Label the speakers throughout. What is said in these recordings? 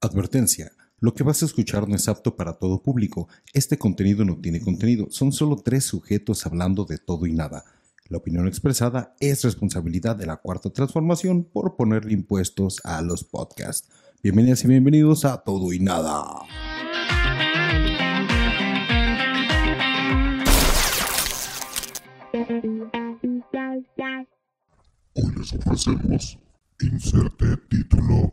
Speaker 1: Advertencia. Lo que vas a escuchar no es apto para todo público. Este contenido no tiene contenido. Son solo tres sujetos hablando de todo y nada. La opinión expresada es responsabilidad de la Cuarta Transformación por ponerle impuestos a los podcasts. Bienvenidas y bienvenidos a Todo y Nada.
Speaker 2: Hoy les ofrecemos inserte título.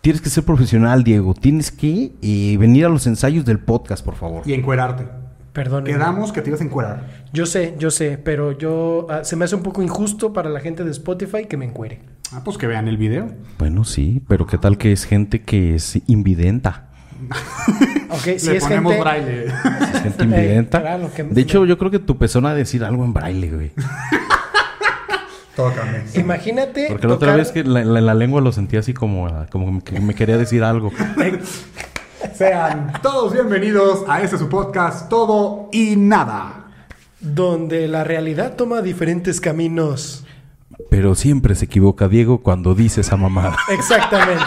Speaker 3: Tienes que ser profesional, Diego. Tienes que eh, venir a los ensayos del podcast, por favor.
Speaker 4: Y encuerarte.
Speaker 5: Perdón.
Speaker 4: Quedamos que te ibas a encuerar.
Speaker 5: Yo sé, yo sé, pero yo ah, se me hace un poco injusto para la gente de Spotify que me encuere.
Speaker 4: Ah, pues que vean el video.
Speaker 3: Bueno, sí, pero ¿qué tal que es gente que es invidenta?
Speaker 5: Ok, si
Speaker 4: Le
Speaker 5: es
Speaker 4: ponemos
Speaker 5: gente,
Speaker 4: braille.
Speaker 3: Es gente
Speaker 5: Eh,
Speaker 3: invidenta.
Speaker 5: claro, que-
Speaker 3: de hecho, yo creo que tu persona va a decir algo en braille, güey.
Speaker 4: Tócame.
Speaker 5: Imagínate
Speaker 3: Porque la otra
Speaker 5: tocar-
Speaker 3: vez que la, la- la lengua lo sentía así como, ah, como que me quería decir algo.
Speaker 4: Sean todos bienvenidos a este su podcast Todo y Nada.
Speaker 5: donde la realidad toma diferentes caminos.
Speaker 3: Pero siempre se equivoca Diego cuando dice esa mamada.
Speaker 5: Exactamente.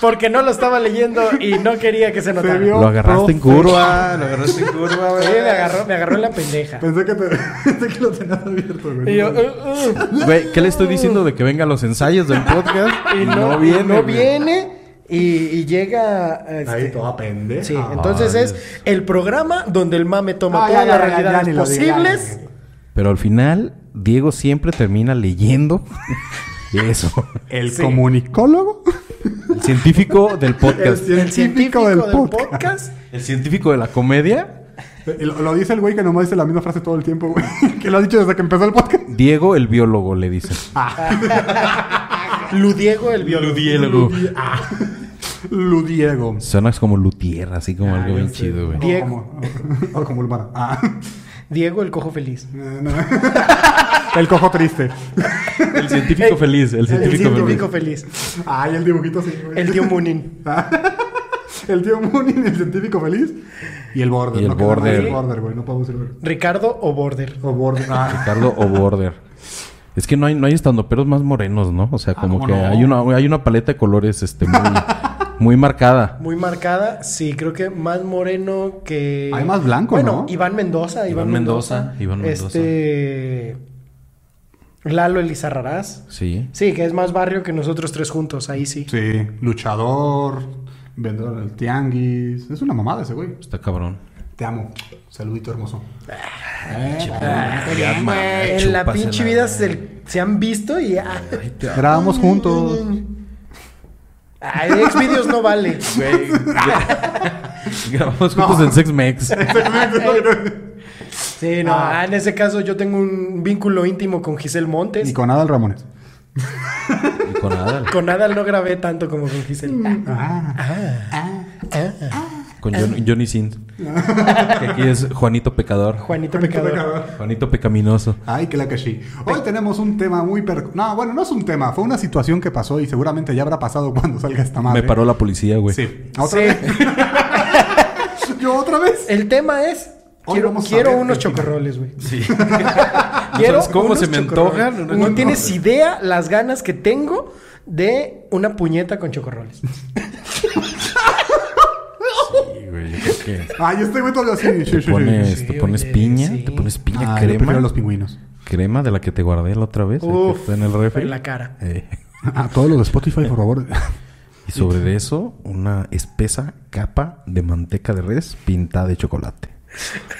Speaker 5: Porque no lo estaba leyendo y no quería que se notara.
Speaker 4: vio.
Speaker 3: Lo agarraste en
Speaker 4: Profe.
Speaker 3: curva, lo agarraste en curva,
Speaker 5: Sí,
Speaker 3: güey.
Speaker 5: me agarró, me agarró en la pendeja.
Speaker 4: Pensé que, te, pensé que lo tenías abierto, güey.
Speaker 5: Y yo, "Uh, uh".
Speaker 3: Güey, ¿qué le estoy diciendo de que venga a los ensayos del podcast?
Speaker 5: Y no, y
Speaker 3: viene,
Speaker 5: no
Speaker 3: güey.
Speaker 5: viene y, y llega.
Speaker 3: eh,
Speaker 5: este,
Speaker 4: Ahí toda pendeja.
Speaker 5: Sí, entonces
Speaker 3: Ay,
Speaker 5: es el programa donde el mame toma
Speaker 4: Ah, ya,
Speaker 5: todas
Speaker 4: ya,
Speaker 5: las
Speaker 4: ya, ya,
Speaker 5: realidades
Speaker 4: ni lo digas,
Speaker 5: posibles.
Speaker 4: ni lo digas.
Speaker 3: Pero al final, Diego siempre termina leyendo eso.
Speaker 4: El comunicólogo.
Speaker 3: El científico del podcast.
Speaker 4: El
Speaker 5: el científico del, podcast.
Speaker 3: El científico de la comedia.
Speaker 4: Y Lo, lo dice el güey que nomás dice la misma frase todo el tiempo, güey. Que lo ha dicho desde que empezó el podcast.
Speaker 3: Diego el biólogo, le dicen.
Speaker 5: Ludiego el biólogo.
Speaker 3: Biólogo.
Speaker 4: Ludiego.
Speaker 3: Sonas como Lutier, así como algo bien chido, güey.
Speaker 4: O
Speaker 5: Diego.
Speaker 4: como, o como Ulmara. Ah.
Speaker 5: Diego el cojo feliz.
Speaker 4: No, no. El cojo triste.
Speaker 3: El científico feliz, el
Speaker 5: El
Speaker 3: científico feliz.
Speaker 5: científico feliz.
Speaker 4: Ay, el dibujito sí, güey.
Speaker 5: El tío Munin.
Speaker 4: El tío Moonin, el científico feliz. Y el border.
Speaker 3: Y el
Speaker 4: no queda más
Speaker 3: border.
Speaker 4: El border, güey. No podemos decirlo.
Speaker 5: Ricardo o Border.
Speaker 4: O border. Ah,
Speaker 3: Ricardo o Border. Es que no hay, no hay estandoperos más morenos, ¿no? O sea, como
Speaker 4: ¿cómo
Speaker 3: que
Speaker 4: no?
Speaker 3: hay una, hay una paleta de colores este muy, muy marcada.
Speaker 5: Muy marcada. Sí, creo que más moreno que.
Speaker 4: Hay más blanco,
Speaker 5: bueno,
Speaker 4: ¿no?
Speaker 5: Iván Mendoza. Iván,
Speaker 3: Iván Mendoza,
Speaker 5: Mendoza.
Speaker 3: Iván Mendoza.
Speaker 5: Este. Lalo Elizarrarás.
Speaker 3: Sí.
Speaker 5: Sí, que es más barrio que nosotros tres juntos. Ahí sí.
Speaker 4: sí, luchador, vendedor del tianguis. Es una mamada ese güey.
Speaker 3: Está cabrón.
Speaker 4: Te amo. Saludito hermoso.
Speaker 5: Ah,
Speaker 3: Ya, man,
Speaker 5: en la
Speaker 3: chúpasela.
Speaker 5: pinche vida se, se han visto y. ah, ya.
Speaker 4: Grabamos juntos.
Speaker 5: Ay, Xvideos no vale.
Speaker 3: Grabamos juntos en Sex Mex.
Speaker 5: Sí, no. ah, en ese caso yo tengo un vínculo íntimo con Giselle Montes.
Speaker 4: Y con Adal Ramones.
Speaker 3: Y con Adal.
Speaker 5: Con Adal no grabé tanto como con
Speaker 4: Mm.
Speaker 5: Giselle. Ah,
Speaker 3: Con
Speaker 4: Eh.
Speaker 3: John- Johnny Sin. Que aquí es Juanito Pecador.
Speaker 5: Juanito Pecador.
Speaker 3: Juanito Pecaminoso.
Speaker 4: Ay, que la que sí. Hoy tenemos un tema muy... per- No, bueno, no es un tema. Fue una situación que pasó y seguramente ya habrá pasado cuando salga esta madre.
Speaker 3: Me paró la policía, güey.
Speaker 4: Sí. ¿Otra
Speaker 5: Sí.
Speaker 4: vez? ¿Yo otra vez?
Speaker 5: El tema es.
Speaker 4: Hoy
Speaker 5: quiero
Speaker 4: vamos a
Speaker 5: quiero
Speaker 4: ver
Speaker 5: unos
Speaker 4: el tema.
Speaker 5: chocorroles, güey.
Speaker 3: ¿Sabes cómo
Speaker 5: unos
Speaker 3: se me
Speaker 5: chocorroles.
Speaker 3: antojan? Unos
Speaker 5: No tienes idea las ganas que tengo de una puñeta con chocorroles.
Speaker 3: Sí, güey, yo creo que
Speaker 4: Ay, este güey todo así. Sí, sí,
Speaker 3: Te
Speaker 4: sí,
Speaker 3: pones,
Speaker 4: sí.
Speaker 3: te pones
Speaker 5: oye,
Speaker 3: piña,
Speaker 5: sí.
Speaker 3: te pones piña
Speaker 4: Ah, yo
Speaker 3: crema.
Speaker 4: prefiero los pingüinos.
Speaker 3: Crema de la que te guardé la otra vez, ahí que
Speaker 5: Uf,
Speaker 3: está en el refri.
Speaker 5: en la cara.
Speaker 3: Eh,
Speaker 4: A todos los de Spotify, por favor.
Speaker 3: Y sobre eso, una espesa capa de manteca de res pintada de chocolate.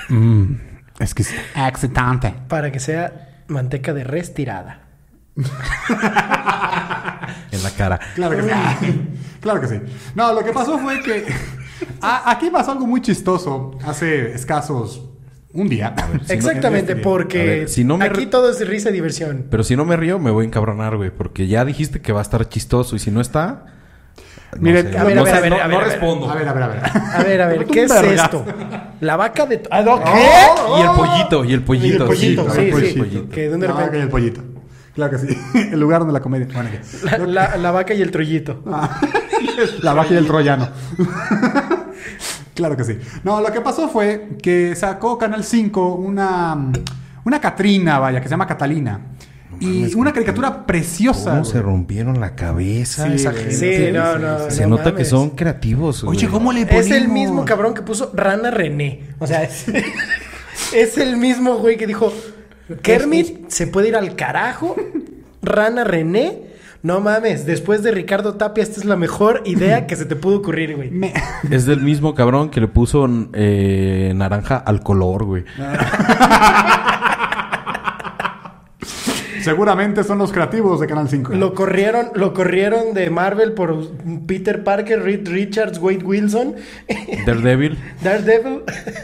Speaker 4: Mm, es que es excitante.
Speaker 5: Para que sea manteca de res tirada.
Speaker 3: Pues En la cara.
Speaker 4: Claro que sí. claro que sí. No, lo que pasó fue que... a- aquí pasó algo muy chistoso hace escasos... Un día.
Speaker 5: Exactamente, porque
Speaker 3: A ver, si no me
Speaker 5: aquí
Speaker 3: re-
Speaker 5: todo es risa y diversión.
Speaker 3: Pero si no me río, me voy a encabronar, güey. Porque ya dijiste que va a estar chistoso. Y si no está... no
Speaker 4: Mire,
Speaker 3: sé,
Speaker 4: a ver,
Speaker 3: no
Speaker 4: a ver,
Speaker 3: sé,
Speaker 4: a ver,
Speaker 3: no-
Speaker 5: a ver,
Speaker 3: no
Speaker 5: a ver.
Speaker 3: respondo.
Speaker 4: A ver, a ver, a ver.
Speaker 5: A ver, a ver,
Speaker 4: Tú
Speaker 5: ¿qué es
Speaker 4: vergas.
Speaker 5: esto? La vaca de... Ah, no, ¿qué?
Speaker 3: Y el pollito, y el pollito.
Speaker 5: Y el pollito,
Speaker 3: sí,
Speaker 5: sí,
Speaker 3: el
Speaker 5: sí.
Speaker 3: pollito.
Speaker 5: Que de
Speaker 4: La
Speaker 5: repente-
Speaker 4: vaca y Ah, el pollito. Claro que sí. El lugar de la comedia. Bueno, ya.
Speaker 5: La, la- la vaca y el trollito.
Speaker 4: La magia del troyano. claro que sí. No, lo que pasó fue que sacó Canal 5 una, una Catrina, vaya, que se llama Catalina. y una caricatura preciosa.
Speaker 3: ¿Cómo
Speaker 4: güey.
Speaker 3: se rompieron la cabeza
Speaker 4: Sí,
Speaker 3: esa
Speaker 4: güey.
Speaker 3: gente?
Speaker 5: Sí,
Speaker 3: güey?
Speaker 5: no, no,
Speaker 3: Se
Speaker 5: no
Speaker 3: nota que
Speaker 5: mames.
Speaker 3: son creativos.
Speaker 4: Oye,
Speaker 3: güey.
Speaker 4: ¿cómo le ponemos?
Speaker 5: Es el mismo cabrón que puso Rana René. O sea, es, es el mismo güey que dijo: Kermit se puede ir al carajo. Rana René. No mames, después de Ricardo Tapia, esta es la mejor idea que se te pudo ocurrir, güey.
Speaker 4: Me-
Speaker 3: Es del mismo cabrón que le puso eh, naranja al color, güey.
Speaker 4: Ah. Seguramente son los creativos de Canal 5.
Speaker 5: Lo corrieron, lo corrieron de Marvel por Peter Parker, Reed Richards, Wade Wilson,
Speaker 3: Daredevil.
Speaker 5: Daredevil.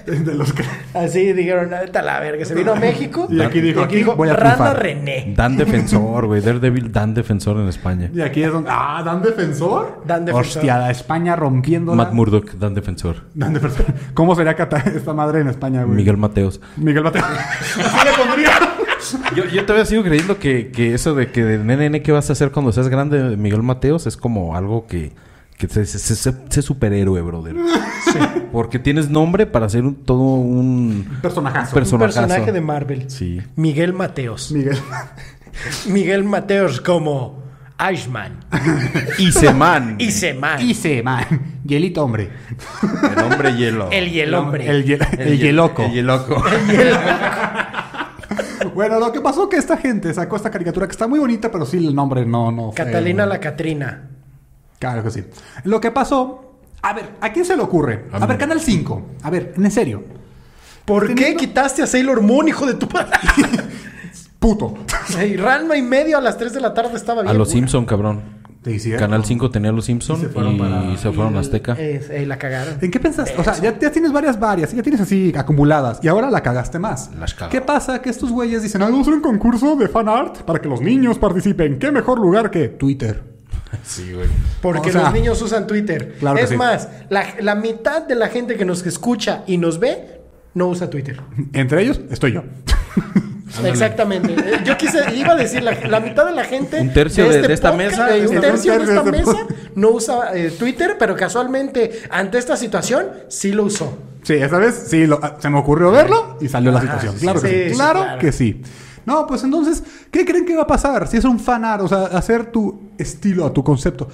Speaker 4: De los cre-
Speaker 5: Así dijeron, "Vete a la verga, se vino a México.
Speaker 4: Y aquí dijo, aquí voy a
Speaker 5: Rana
Speaker 4: triunfar".
Speaker 5: René.
Speaker 3: Dan Defensor, güey. Daredevil, Dan Defensor en España.
Speaker 4: Y aquí es donde. Ah, Dan Defensor.
Speaker 5: Dan Defensor.
Speaker 4: Hostia, la España rompiendo.
Speaker 3: Matt Murdock, Dan Defensor.
Speaker 4: Dan Defensor. ¿Cómo sería cata- esta madre en España, güey?
Speaker 3: Miguel Mateos.
Speaker 4: Miguel Mateo. Así le pondría.
Speaker 3: Yo, yo todavía sigo creyendo que, que eso de que de nene, nene, ¿qué vas a hacer cuando seas grande, Miguel Mateos? Es como algo que, que se, se- se- se superhéroe, brother. Porque tienes nombre para ser un- todo un
Speaker 4: Personajazo.
Speaker 5: Un
Speaker 3: personajazo.
Speaker 5: personaje de Marvel.
Speaker 3: Sí.
Speaker 5: Miguel Mateos.
Speaker 4: Miguel.
Speaker 5: Miguel Mateos como Ashman.
Speaker 3: Y Semán.
Speaker 5: Y Seman.
Speaker 4: Dice, man. Hielito, hombre.
Speaker 3: El hombre hielo.
Speaker 5: El y el hombre.
Speaker 4: El, hiel- el
Speaker 3: hiel-
Speaker 4: hieloco.
Speaker 3: El hieloco.
Speaker 4: Bueno, lo que pasó que esta gente sacó esta caricatura que está muy bonita, pero sí el nombre no, no. fue-
Speaker 5: Catalina la Catrina.
Speaker 4: Claro que sí. Lo que pasó. A ver, ¿a quién se le ocurre? A ver, Canal 5. A ver, en serio.
Speaker 5: ¿Por
Speaker 4: Teniendo-
Speaker 5: qué quitaste a Sailor Moon, hijo de tu padre?
Speaker 4: Puto.
Speaker 5: Y Ranma y medio a las 3 de la tarde estaba bien.
Speaker 3: A los Simpson, cabrón.
Speaker 4: Te hicieron.
Speaker 3: Canal 5 tenía a los Simpson
Speaker 4: Y
Speaker 3: y
Speaker 4: se fueron para-
Speaker 3: se fueron a Azteca.
Speaker 5: Eh, eh, la cagaron.
Speaker 4: ¿En qué pensaste? O sea, ya, ya tienes varias, varias, ya tienes así acumuladas y ahora la cagaste más.
Speaker 3: Las cagó.
Speaker 4: ¿Qué pasa? Que estos güeyes dicen, hagamos un concurso de fan art para que los niños participen. ¿Qué mejor lugar que Twitter?
Speaker 3: Sí, güey.
Speaker 5: Porque
Speaker 4: O sea,
Speaker 5: los niños usan Twitter.
Speaker 4: claro que
Speaker 5: es
Speaker 4: sí.
Speaker 5: más, la, la mitad de la gente que nos escucha y nos ve no usa Twitter.
Speaker 4: Entre ellos estoy yo.
Speaker 5: Exactamente. Eh, Yo quise, iba a decir, la, la mitad de la gente.
Speaker 3: Un tercio de- de esta mesa,
Speaker 5: eh,
Speaker 4: sí,
Speaker 5: un tercio de esta
Speaker 4: este
Speaker 5: mesa
Speaker 4: podcast.
Speaker 5: no usa eh, Twitter, pero casualmente, ante esta situación, sí lo usó.
Speaker 4: Sí, esa vez sí, lo- ah, se me ocurrió verlo y salió la situación. claro
Speaker 5: Ah, sí,
Speaker 4: que sí.
Speaker 5: sí,
Speaker 4: Claro,
Speaker 5: claro.
Speaker 4: que sí. No, pues entonces, ¿qué creen que va a pasar? Si es un fan art, o sea, hacer tu estilo, a tu concepto.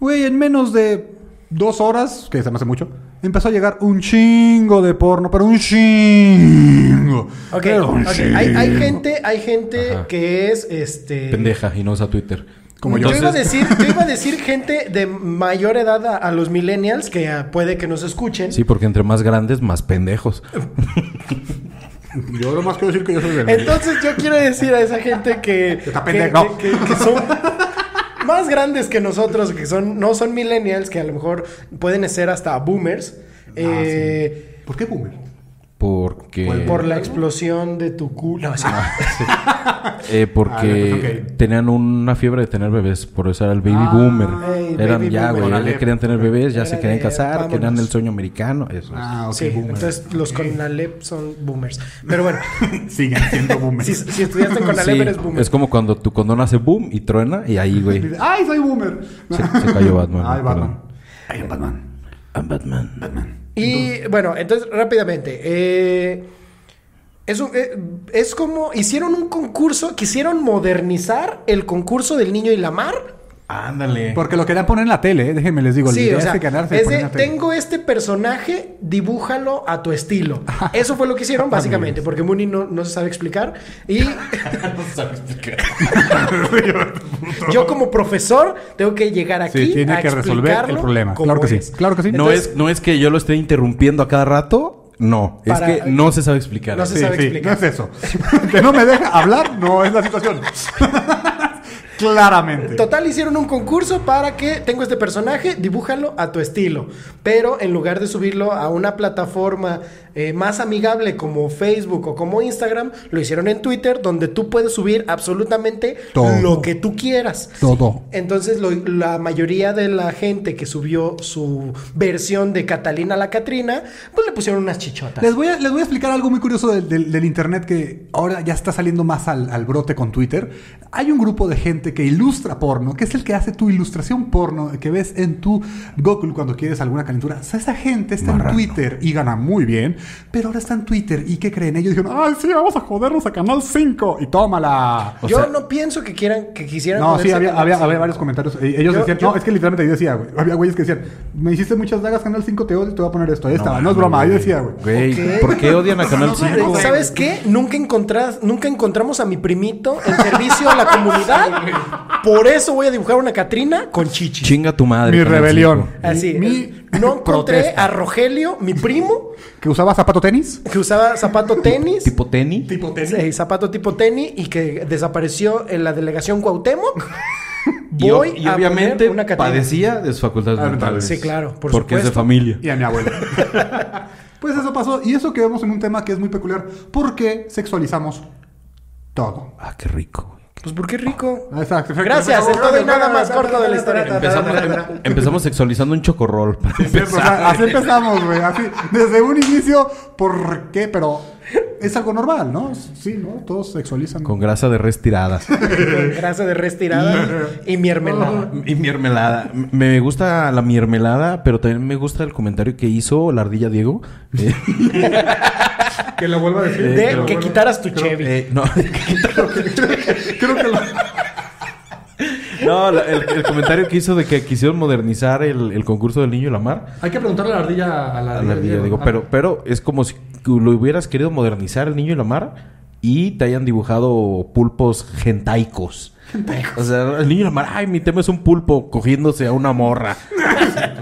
Speaker 4: Güey, en menos de dos horas, que se me hace mucho, empezó a llegar un chingo de porno, pero un chingo.
Speaker 5: Ok,
Speaker 4: Pero un
Speaker 5: ok. Hay, hay
Speaker 4: chingo.
Speaker 5: gente, hay gente
Speaker 3: Ajá.
Speaker 5: que es este.
Speaker 3: Pendeja y no usa Twitter.
Speaker 4: Eh, Como yo.
Speaker 5: yo. iba a decir, yo iba a decir gente de mayor edad a, a los millennials que ah, puede que nos escuchen.
Speaker 3: Sí, porque entre más grandes, más pendejos.
Speaker 4: Yo nomás quiero decir que yo soy de
Speaker 5: Entonces yo quiero decir a esa gente que,
Speaker 4: Está pendejo.
Speaker 5: que- que- que son más grandes que nosotros, que son no son millennials, que a lo mejor pueden ser hasta boomers,
Speaker 4: Ah,
Speaker 5: eh,
Speaker 4: ¿Por qué boomer?
Speaker 3: Porque.
Speaker 4: Eh,
Speaker 5: por la explosión de tu culo. No, sí.
Speaker 3: eh,
Speaker 4: Ah,
Speaker 3: porque
Speaker 4: ok.
Speaker 3: tenían una fiebre de tener bebés. Por eso era el baby
Speaker 4: Ah.
Speaker 3: boomer.
Speaker 5: Ey,
Speaker 3: Eran
Speaker 5: baby
Speaker 3: ya,
Speaker 5: boomer.
Speaker 3: güey.
Speaker 4: Órale.
Speaker 3: Ya querían tener bebés, ya se
Speaker 5: Era
Speaker 3: querían
Speaker 5: de,
Speaker 3: casar, que eran
Speaker 5: vámonos.
Speaker 3: el sueño americano. Eso. es.
Speaker 4: Ah, ok,
Speaker 5: Sí,
Speaker 4: boomer.
Speaker 5: entonces los con Alep son boomers. Pero bueno,
Speaker 4: Siguen siendo boomers.
Speaker 5: si, si estudiaste con Alep
Speaker 3: Sí,
Speaker 5: eres boomer.
Speaker 3: es como cuando tu condón hace boom y truena y ahí, güey.
Speaker 4: ¡Ay, soy boomer!
Speaker 3: Se, se cayó Batman.
Speaker 4: ¡Ay,
Speaker 3: ¿no?
Speaker 4: Batman! ¡Ay, Batman!
Speaker 3: Perdón. Batman.
Speaker 5: Y bueno, entonces rápidamente. eh, es, un- eh, es como hicieron un concurso, quisieron modernizar el concurso del niño y la mar.
Speaker 3: Ándale.
Speaker 4: Porque lo querían poner en la tele, ¿eh? déjenme les digo. la
Speaker 5: Sí,
Speaker 4: idea
Speaker 5: o sea,
Speaker 4: es de ganar se
Speaker 5: es
Speaker 4: pone en
Speaker 5: de,
Speaker 4: la tele.
Speaker 5: tengo este personaje, dibújalo a tu estilo.
Speaker 4: Ah,
Speaker 5: Eso fue lo que hicieron básicamente, porque Mooney no, no se sabe explicar. Y yo como profesor tengo que llegar aquí
Speaker 4: Sí, tiene
Speaker 5: a
Speaker 4: que resolver el
Speaker 5: explicarlo
Speaker 4: problema.
Speaker 5: como
Speaker 4: Claro que sí.
Speaker 5: es.
Speaker 4: Claro que sí.
Speaker 3: No, es, no es que yo lo esté interrumpiendo a cada rato. No,
Speaker 5: Para-
Speaker 3: es que no se sabe explicar.
Speaker 5: No se
Speaker 4: Sí,
Speaker 5: sabe
Speaker 4: sí,
Speaker 5: explicar.
Speaker 4: No es eso. que no me deja hablar, no es la situación. Claramente.
Speaker 5: Total, hicieron un concurso para que tengo este personaje, dibújalo a tu estilo. Pero en lugar de subirlo a una plataforma eh, más amigable como Facebook o como Instagram, lo hicieron en Twitter, donde tú puedes subir absolutamente
Speaker 4: Todo.
Speaker 5: lo que tú quieras.
Speaker 4: Todo.
Speaker 5: Entonces, lo- la mayoría de la gente que subió su versión de Catalina la Catrina, pues le pusieron unas chichotas.
Speaker 4: Les voy, a, les voy a explicar algo muy curioso del, del- del internet que ahora ya está saliendo más al, al brote con Twitter. Hay un grupo de gente este que ilustra porno, que es el que hace tu ilustración porno que ves en tu Google cuando quieres alguna calentura. O sea, esa gente está en Twitter y gana muy bien, pero ahora está en Twitter y ¿qué creen? Ellos dijeron, ¡ay, sí, vamos a jodernos a Canal 5! Y tómala.
Speaker 5: yo no pienso que quieran, que quisieran.
Speaker 4: No,
Speaker 5: ponerse
Speaker 4: sí, había,
Speaker 5: Canal
Speaker 4: había, había
Speaker 5: 5.
Speaker 4: varios comentarios. Eh, Ellos
Speaker 5: Yo-
Speaker 4: decían,
Speaker 5: yo-
Speaker 4: no, es que literalmente yo decía, güey. Había güeyes que decían, me hiciste muchas dagas, Canal 5, te odio, te voy a poner esto. Ahí estaba, no es broma. Yo decía, güey.
Speaker 3: Güey,
Speaker 5: Ok.
Speaker 3: ¿por qué odian a Canal
Speaker 5: No, hombre,
Speaker 3: 5?
Speaker 5: ¿Sabes qué? Nunca, encontrás- nunca encontramos a mi primito en servicio a la comunidad. Por eso voy a dibujar una Catrina con chichi.
Speaker 3: Chinga tu madre.
Speaker 4: Mi
Speaker 3: Canal
Speaker 4: rebelión.
Speaker 3: 5.
Speaker 5: Así. es.
Speaker 4: Mi
Speaker 5: no encontré
Speaker 4: protesta.
Speaker 5: a Rogelio, mi primo,
Speaker 4: ¿Que usaba zapato tenis?
Speaker 5: que usaba zapato tenis.
Speaker 3: Tipo tenis.
Speaker 4: Tipo
Speaker 5: Sí, zapato tipo tenis y que desapareció en la delegación Cuauhtémoc.
Speaker 3: Y,
Speaker 5: Voy
Speaker 3: y
Speaker 5: a
Speaker 3: obviamente
Speaker 5: poner una Catrina.
Speaker 3: padecía de sus facultades
Speaker 4: Ah,
Speaker 3: mentales.
Speaker 5: Sí, claro, por
Speaker 3: Porque es de
Speaker 5: supuesto.
Speaker 3: familia.
Speaker 4: Y a mi abuela. pues eso pasó. Y eso que vemos en un tema que es muy peculiar. Porque sexualizamos todo.
Speaker 3: Ah, qué rico. güey.
Speaker 5: Pues porque rico.
Speaker 4: Ah, exacto.
Speaker 5: Gracias, es todo y nada más corto de la historia.
Speaker 3: Empezamos, em- empezamos sexualizando un chocorrol. para
Speaker 4: Sí, pues, o
Speaker 3: empezar.
Speaker 4: sea, así empezamos, güey. Así, desde un inicio, ¿por qué? Pero es algo normal, ¿no? Sí, ¿no? Todos sexualizan.
Speaker 3: Con grasa de res tirada.
Speaker 5: Grasa de res tirada y mi hermelada.
Speaker 3: Y mermelada. M- Me gusta la mermelada, pero también me gusta el comentario que hizo la ardilla Diego. Eh,
Speaker 4: Que lo vuelva a decir.
Speaker 5: De que quitaras tu Chevy.
Speaker 3: eh, no,
Speaker 4: Creo que lo...
Speaker 3: no la- el, el comentario que hizo de que quisieron modernizar el, el concurso del niño y la mar.
Speaker 6: Hay que preguntarle a la ardilla a la,
Speaker 3: A la ardilla Diego.
Speaker 6: Ah,
Speaker 3: Pero, pero es como si lo hubieras querido modernizar el niño y la mar y te hayan dibujado pulpos gentaicos. O sea, el niño y la mar, ay, mi tema es un pulpo cogiéndose a una morra.
Speaker 4: Ah,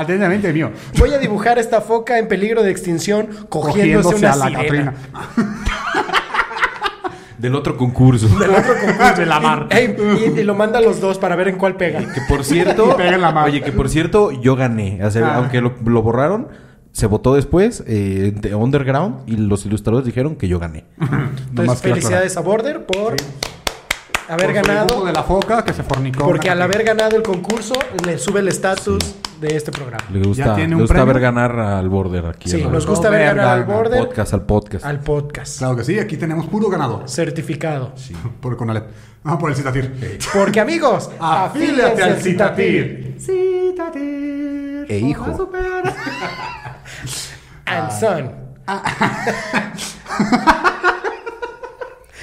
Speaker 4: Atentamente mío.
Speaker 5: Voy a dibujar esta foca en peligro de extinción cogiéndose,
Speaker 4: Cogiéndose
Speaker 5: una
Speaker 4: a la
Speaker 5: sirena.
Speaker 4: Catrina.
Speaker 3: Del otro concurso.
Speaker 4: De la mar.
Speaker 5: Ey, y, y lo manda a los dos para ver en cuál pega.
Speaker 3: Que por cierto,
Speaker 4: Y pega en la mano.
Speaker 3: oye, que por cierto, yo gané. O sea,
Speaker 4: Ah.
Speaker 3: Aunque lo, lo borraron, se votó después eh, de Underground y los ilustradores dijeron que yo gané.
Speaker 5: Entonces, felicidades a Border por haber ganado.
Speaker 4: de la foca que se fornicó.
Speaker 5: Porque
Speaker 4: una
Speaker 5: al
Speaker 4: Catrina.
Speaker 5: haber ganado el concurso, le sube el estatus de este programa.
Speaker 3: Le gusta,
Speaker 4: tiene
Speaker 3: le
Speaker 4: un
Speaker 3: gusta
Speaker 4: premio.
Speaker 3: ver ganar al border aquí.
Speaker 5: Sí,
Speaker 3: al-
Speaker 5: nos
Speaker 4: no,
Speaker 5: gusta ver
Speaker 4: verga,
Speaker 5: ganar al
Speaker 4: no,
Speaker 5: border,
Speaker 3: podcast, al podcast.
Speaker 5: al podcast.
Speaker 4: Claro que sí, aquí tenemos puro ganador.
Speaker 5: Certificado.
Speaker 4: Por Conalep. Ah, por el Citatir.
Speaker 5: Porque, amigos,
Speaker 4: Afíliate al Citatir.
Speaker 3: E hijo.
Speaker 5: And son.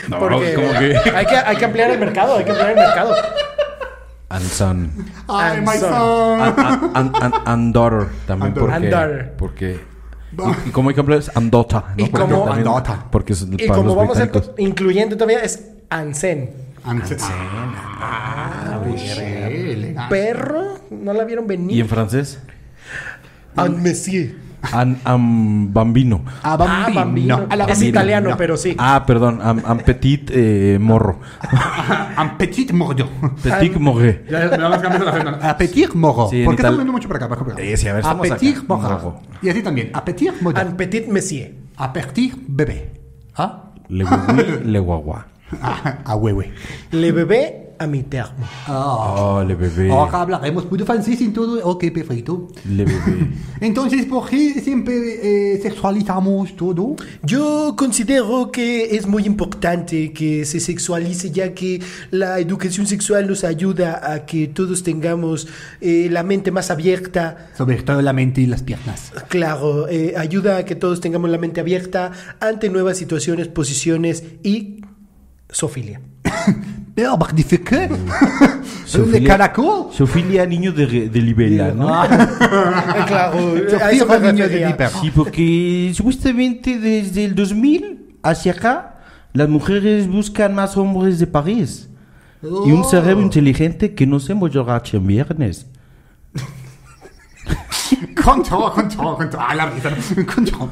Speaker 3: No,
Speaker 5: Porque
Speaker 3: como que-
Speaker 5: hay, que, hay que ampliar el mercado, hay que ampliar el mercado.
Speaker 3: And son.
Speaker 4: Ay,
Speaker 5: And
Speaker 4: my
Speaker 5: son.
Speaker 4: son.
Speaker 3: And, and- and- and daughter también.
Speaker 4: And
Speaker 3: porque,
Speaker 5: daughter.
Speaker 3: porque. Y, y como hay que hablar es andota. ¿no?
Speaker 5: Y
Speaker 3: Porque
Speaker 5: como-
Speaker 3: también-
Speaker 4: Andota.
Speaker 3: Porque es
Speaker 5: Y
Speaker 3: para
Speaker 5: como
Speaker 3: los
Speaker 5: vamos a ser
Speaker 3: británicos.
Speaker 5: incluyente todavía, es Ansen.
Speaker 4: Anse- Ah, güey, sí, elegante.
Speaker 5: Perro, no la vieron
Speaker 3: Ah. Y en
Speaker 5: venir.
Speaker 3: francés,
Speaker 5: And Monsieur.
Speaker 3: an, am bambino.
Speaker 4: Ah,
Speaker 5: Ah,
Speaker 4: bambino.
Speaker 5: bambino.
Speaker 4: A la
Speaker 5: Es
Speaker 4: bambino.
Speaker 5: italiano, pero sí.
Speaker 3: Ah, perdón, am, am petit eh, morro.
Speaker 4: Un petit morro.
Speaker 3: Petit morro.
Speaker 6: Ya, ya, nada más cambias la agenda.
Speaker 4: A petit morro.
Speaker 3: Sí, en
Speaker 4: ¿Por qué
Speaker 3: Ital-
Speaker 4: estamos viendo mucho para acá? Para acá, para acá.
Speaker 3: Eh, sí, a ver,
Speaker 4: a
Speaker 3: estamos acá.
Speaker 4: petit morro.
Speaker 3: Morro.
Speaker 4: Y así también. A petit morro.
Speaker 5: And Petit Monsieur.
Speaker 4: A petit bebé. ¿Ah?
Speaker 3: Le guagui, le guagua.
Speaker 4: Ah, A huehue.
Speaker 5: Le bebé a mi termo.
Speaker 4: Ah.
Speaker 3: Oh, le bebé.
Speaker 4: Ahora hablaremos puro francés y todo. Ok, perfecto.
Speaker 3: Le bebé.
Speaker 4: Entonces, ¿por qué siempre eh, sexualizamos todo?
Speaker 5: Yo considero que es muy importante que se sexualice ya que la educación sexual nos ayuda a que todos tengamos eh, la mente más abierta.
Speaker 4: Sobre todo la mente y las piernas.
Speaker 5: Claro, eh, ayuda a que todos tengamos la mente abierta ante nuevas situaciones, posiciones y sofilia.
Speaker 4: Pero magnifique.
Speaker 3: Su
Speaker 4: ¿De
Speaker 3: filia-
Speaker 4: caracol?
Speaker 3: Su filia niño de, re- de Libela, ah. ¿no?
Speaker 5: Ah, claro, a
Speaker 4: Sophie
Speaker 5: eso me
Speaker 4: Niño de
Speaker 5: refería.
Speaker 4: Viper.
Speaker 3: Sí, porque supuestamente desde el 2000 hacia acá, las mujeres buscan más hombres de París. Y un cerebro inteligente que no se emborracha en viernes.
Speaker 4: Control, control, control. Ah, la risa. Control.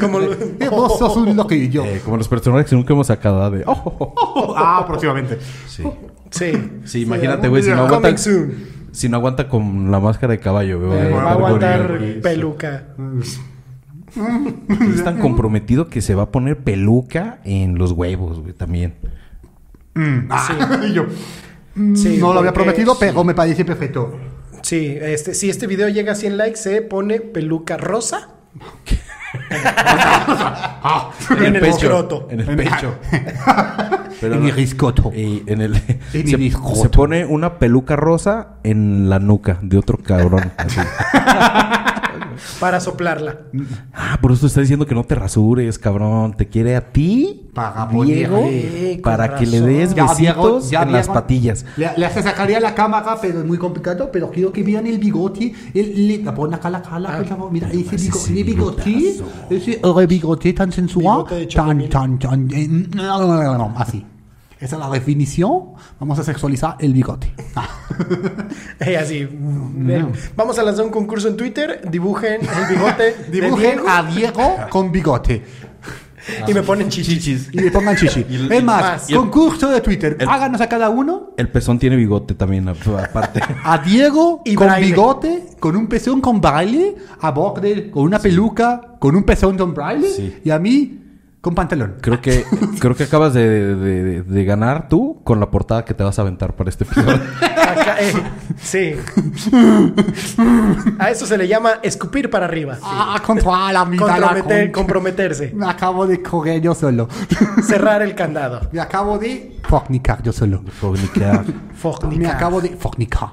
Speaker 5: Como lo-
Speaker 4: Eh, Vos sos un loquillo.
Speaker 3: Eh, como los personajes que nunca hemos sacado de... "Oh, oh, oh".
Speaker 4: Ah, próximamente.
Speaker 3: Sí.
Speaker 5: Sí.
Speaker 3: Sí, imagínate, güey, si no aguanta...
Speaker 5: Coming soon.
Speaker 3: Si no aguanta con la máscara de caballo, güey.
Speaker 5: Eh,
Speaker 3: va
Speaker 5: va a aguantar
Speaker 3: morir.
Speaker 5: peluca.
Speaker 3: Es tan comprometido que se va a poner peluca en los huevos, güey, también.
Speaker 4: Ah, y yo. mm,
Speaker 5: Sí,
Speaker 4: no lo había
Speaker 5: porque-
Speaker 4: prometido, pero me parece perfecto.
Speaker 5: Sí, este, si este video llega a 100 likes, se pone peluca rosa
Speaker 4: Ah,
Speaker 5: en el,
Speaker 3: pecho.
Speaker 5: escroto.
Speaker 3: En el pecho. Pero
Speaker 4: en
Speaker 3: no-
Speaker 4: mi riscotto.
Speaker 3: Y en el,
Speaker 4: En el
Speaker 3: se,
Speaker 4: escoto.
Speaker 3: se pone una peluca rosa en la nuca de otro cabrón. así.
Speaker 5: para soplarla.
Speaker 3: Ah, por eso te está diciendo que no te rasures, cabrón. Te quiere a ti,
Speaker 4: Para
Speaker 3: Diego,
Speaker 5: ponerle- Sí, Eh, con
Speaker 3: para que le
Speaker 5: razón.
Speaker 3: des
Speaker 4: Ya,
Speaker 3: besitos
Speaker 4: Diego, ya,
Speaker 3: en las
Speaker 4: Diego.
Speaker 3: patillas.
Speaker 4: Le, le hace sacaría la cámara, pero es muy complicado. Pero quiero que vean el bigote. El, le, la ponen acá la
Speaker 5: Ah,
Speaker 4: cara, por favor. Mira, ese, bigo,
Speaker 3: ese
Speaker 4: ese bigote.
Speaker 3: bigotazo.
Speaker 4: Ese re bigote tan sensual.
Speaker 5: Bigote de
Speaker 4: tan, tan, tan. eh, no, no, no, no, así. Esa es la definición. Vamos a sexualizar el bigote. Ah.
Speaker 5: Eh, así. ven. Vamos a lanzar un concurso en Twitter. Dibujen el bigote. de
Speaker 4: Dibujen
Speaker 5: Diego
Speaker 4: a Diego con bigote.
Speaker 5: y me ponen chichichis.
Speaker 4: Y le pongan chichi. es más,
Speaker 5: más.
Speaker 4: concurso de Twitter.
Speaker 3: el-
Speaker 4: Háganos a cada uno.
Speaker 3: El pezón tiene bigote también, a- aparte.
Speaker 4: A Diego
Speaker 5: Y
Speaker 4: con
Speaker 5: braille.
Speaker 4: bigote, con un pezón con braille, a Bogdel con una peluca, con un pezón con braille,
Speaker 3: Sí.
Speaker 4: y a mí con pantalón.
Speaker 3: Creo que, creo que acabas de, de- de- de ganar tú con la portada que te vas a aventar para este episodio.
Speaker 5: Acá, eh, sí. A eso se le llama escupir para arriba.
Speaker 4: Ah, contra la mitad la
Speaker 5: Comprometer-
Speaker 4: concha.
Speaker 5: comprometerse.
Speaker 4: Me acabo de correr yo solo.
Speaker 5: Cerrar el candado.
Speaker 4: Me acabo de fornicar yo solo.
Speaker 3: Fognicar.
Speaker 4: Me
Speaker 5: Fornicar.
Speaker 4: acabo de fornicar.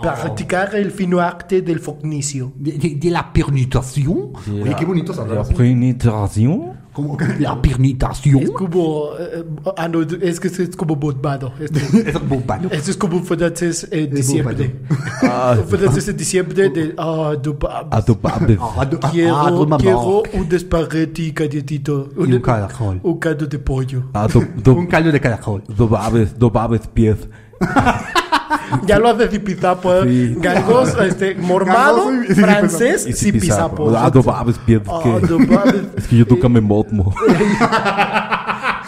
Speaker 5: Practicar el fino arte del fornicio.
Speaker 4: De, de- de la pernitación. Oye, qué bonito hablar
Speaker 3: La
Speaker 4: así.
Speaker 3: penetración.
Speaker 4: Como que la pernitación.
Speaker 5: Es como. eh, ah, no, es que esto es como este, botbado. Esto,
Speaker 4: Es un bobano.
Speaker 5: esto es como francés en diciembre.
Speaker 3: Ah,
Speaker 5: Francés en diciembre de. Ah, du
Speaker 3: a tu padre.
Speaker 4: Ah, ah, ah, ah,
Speaker 5: Quiero,
Speaker 4: mamá.
Speaker 5: quiero un espagueti calentito.
Speaker 4: Y un caracol.
Speaker 5: Un caldo de pollo.
Speaker 3: A tu,
Speaker 4: Un
Speaker 3: tu,
Speaker 4: caldo de caracol.
Speaker 3: tu babes- tu babes pies.
Speaker 5: Ya lo hace Zipizapo.
Speaker 3: Sí.
Speaker 5: eh. Galgos, este, mormado,
Speaker 4: Galgos y-
Speaker 5: francés,
Speaker 3: Y si
Speaker 5: Zipizapo.
Speaker 3: pisapo. e Ah, tu babes pies,
Speaker 5: Ah,
Speaker 3: que-
Speaker 5: no babes.
Speaker 3: Es que yo toca me motmo.